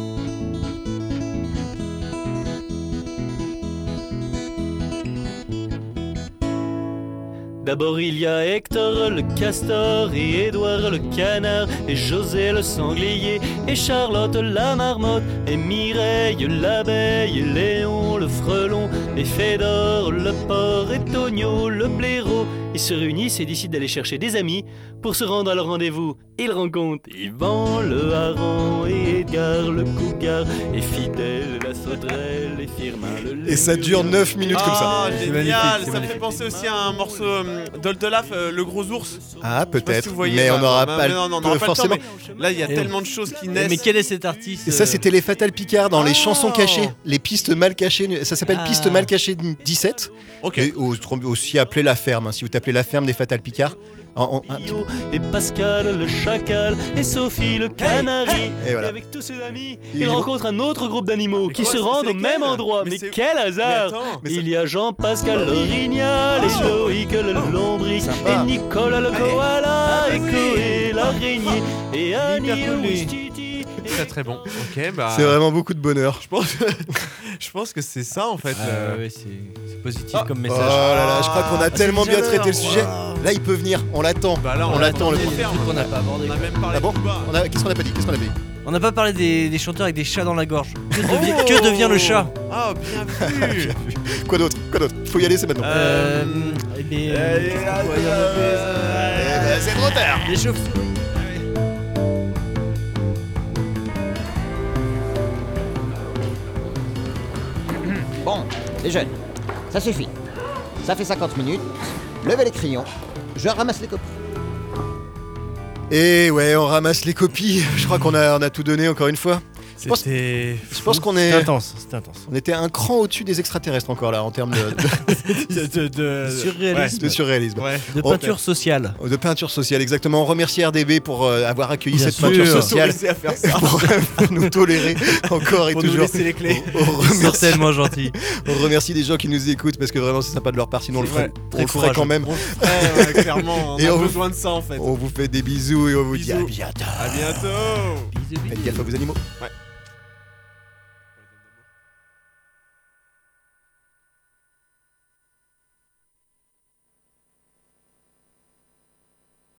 S17: D'abord il y a Hector le castor et Édouard le canard et José le sanglier et Charlotte la marmotte et Mireille l'abeille et Léon le frelon et Fédor le porc et Tonio le blaireau. Ils se réunissent et décident d'aller chercher des amis pour se rendre à leur rendez-vous. Ils rencontrent Yvan le hareng et Edgar le cougar et Fidèle la sauterelle et Firmin le
S7: Et ça dure 9 minutes comme ça.
S6: Ah, génial Ça me fait penser aussi à un morceau euh, d'Oldolaf, euh, Le Gros Ours. Je
S7: Ah,
S6: sais pas si
S7: peut-être,
S6: vous voyez,
S7: mais
S6: bah,
S7: on n'aura
S6: bah,
S7: pas
S6: mais
S7: le-
S6: non, non, on n'aura
S7: le-
S6: pas le temps,
S7: forcément.
S6: mais Là, il y a tellement de choses qui naissent.
S5: Eh, Mais quel est cet artiste
S7: Et ça,
S5: euh,
S7: c'était les Fatal Picard dans les chansons cachées, les pistes mal cachées. Ça s'appelle
S5: Ah.
S7: Pistes mal cachées 17. Et au- aussi appelé la ferme. hein, si vous tapez la ferme des Fatal Picard. En- en- un petit-
S17: et Pascal le chacal et Sophie le canari.
S7: Et voilà.
S17: avec tous ses amis,
S7: Et
S17: il,
S7: il-
S17: rencontre un autre groupe d'animaux qui
S5: Ah, quoi,
S17: se
S5: c'est-
S17: rendent
S5: c'est
S17: au même endroit. Mais, quel hasard Il y a Jean-Pascal
S5: Ah Oui. Ah.
S17: l'orignal et Loïc le lombric et Nicolas le koala et Chloé l'araignée et Annie le ouistiti.
S6: Très très bon. Ok, bah.
S7: C'est vraiment beaucoup de bonheur. Oh
S6: Je pense, je pense que c'est ça en fait.
S5: Ah,
S6: euh.
S5: ouais, c'est c'est positif comme
S7: Oh
S5: message.
S7: là là, je crois qu'on a
S6: Ah,
S7: tellement
S6: c'est
S7: bien
S6: déjà
S7: traité le
S6: l'heure.
S7: sujet. Là, il peut venir, on l'attend.
S6: là,
S7: on
S6: Ah, on
S7: l'attend le
S6: l'attend.
S7: prochain.
S5: qu'on n'a pas abordé.
S6: On a même parlé
S7: Ah bon
S6: de Cuba.
S7: On a- Qu'est-ce qu'on a pas dit Qu'est-ce qu'on a pas dit
S5: On n'a pas parlé des, des chanteurs avec des chats dans la gorge. Que devient, que devient le chat
S6: Ah, Oh bien vu
S7: Quoi d'autre Quoi d'autre Faut y aller, c'est maintenant.
S5: Euh. eh bien, euh, qu'est-ce qu'on pourrait dire
S6: eh,
S5: de plus
S7: C'est trop tard.
S5: Les chauves-souris.
S4: Bon, les jeunes, ça suffit. Ça fait 50 minutes. Levez les crayons. Je ramasse les copies.
S7: Et Eh ouais, on ramasse les copies. Je crois qu'on a, on a tout donné encore une fois. Je pense-
S6: C'était.
S7: Je pense qu'on est.
S5: C'était intense, c'était intense.
S7: On était un cran au-dessus des extraterrestres encore là en termes de,
S6: De, de- de-
S5: Surréalisme.
S7: de- de surréalisme.
S6: euh, Ouais.
S5: De
S7: Oh,
S5: peinture sociale.
S7: De peinture sociale, exactement. On remercie RDB pour euh, avoir accueilli
S5: Bien
S7: cette
S5: sûr.
S7: peinture
S5: Nous
S7: sociale.
S6: Autorisé à faire
S7: Et
S6: ça.
S7: pour, euh, pour nous tolérer encore et
S6: Pour nous
S7: toujours.
S6: laisser les clés.
S7: On, on remercie,
S5: Certainement gentil.
S7: on remercie des gens qui nous écoutent parce que vraiment c'est sympa de leur part, sinon on le
S6: C'est
S7: ferait,
S6: vrai.
S7: on le ferait
S5: courageux.
S7: quand même.
S6: On le ferait, ouais, clairement. On
S7: Et
S6: a
S7: on-
S6: besoin de ça en fait.
S7: On vous fait des bisous et on vous dit à
S6: Bisous.
S7: bientôt.
S6: À bientôt
S7: Faites gaffe à vos animaux.
S6: Ouais.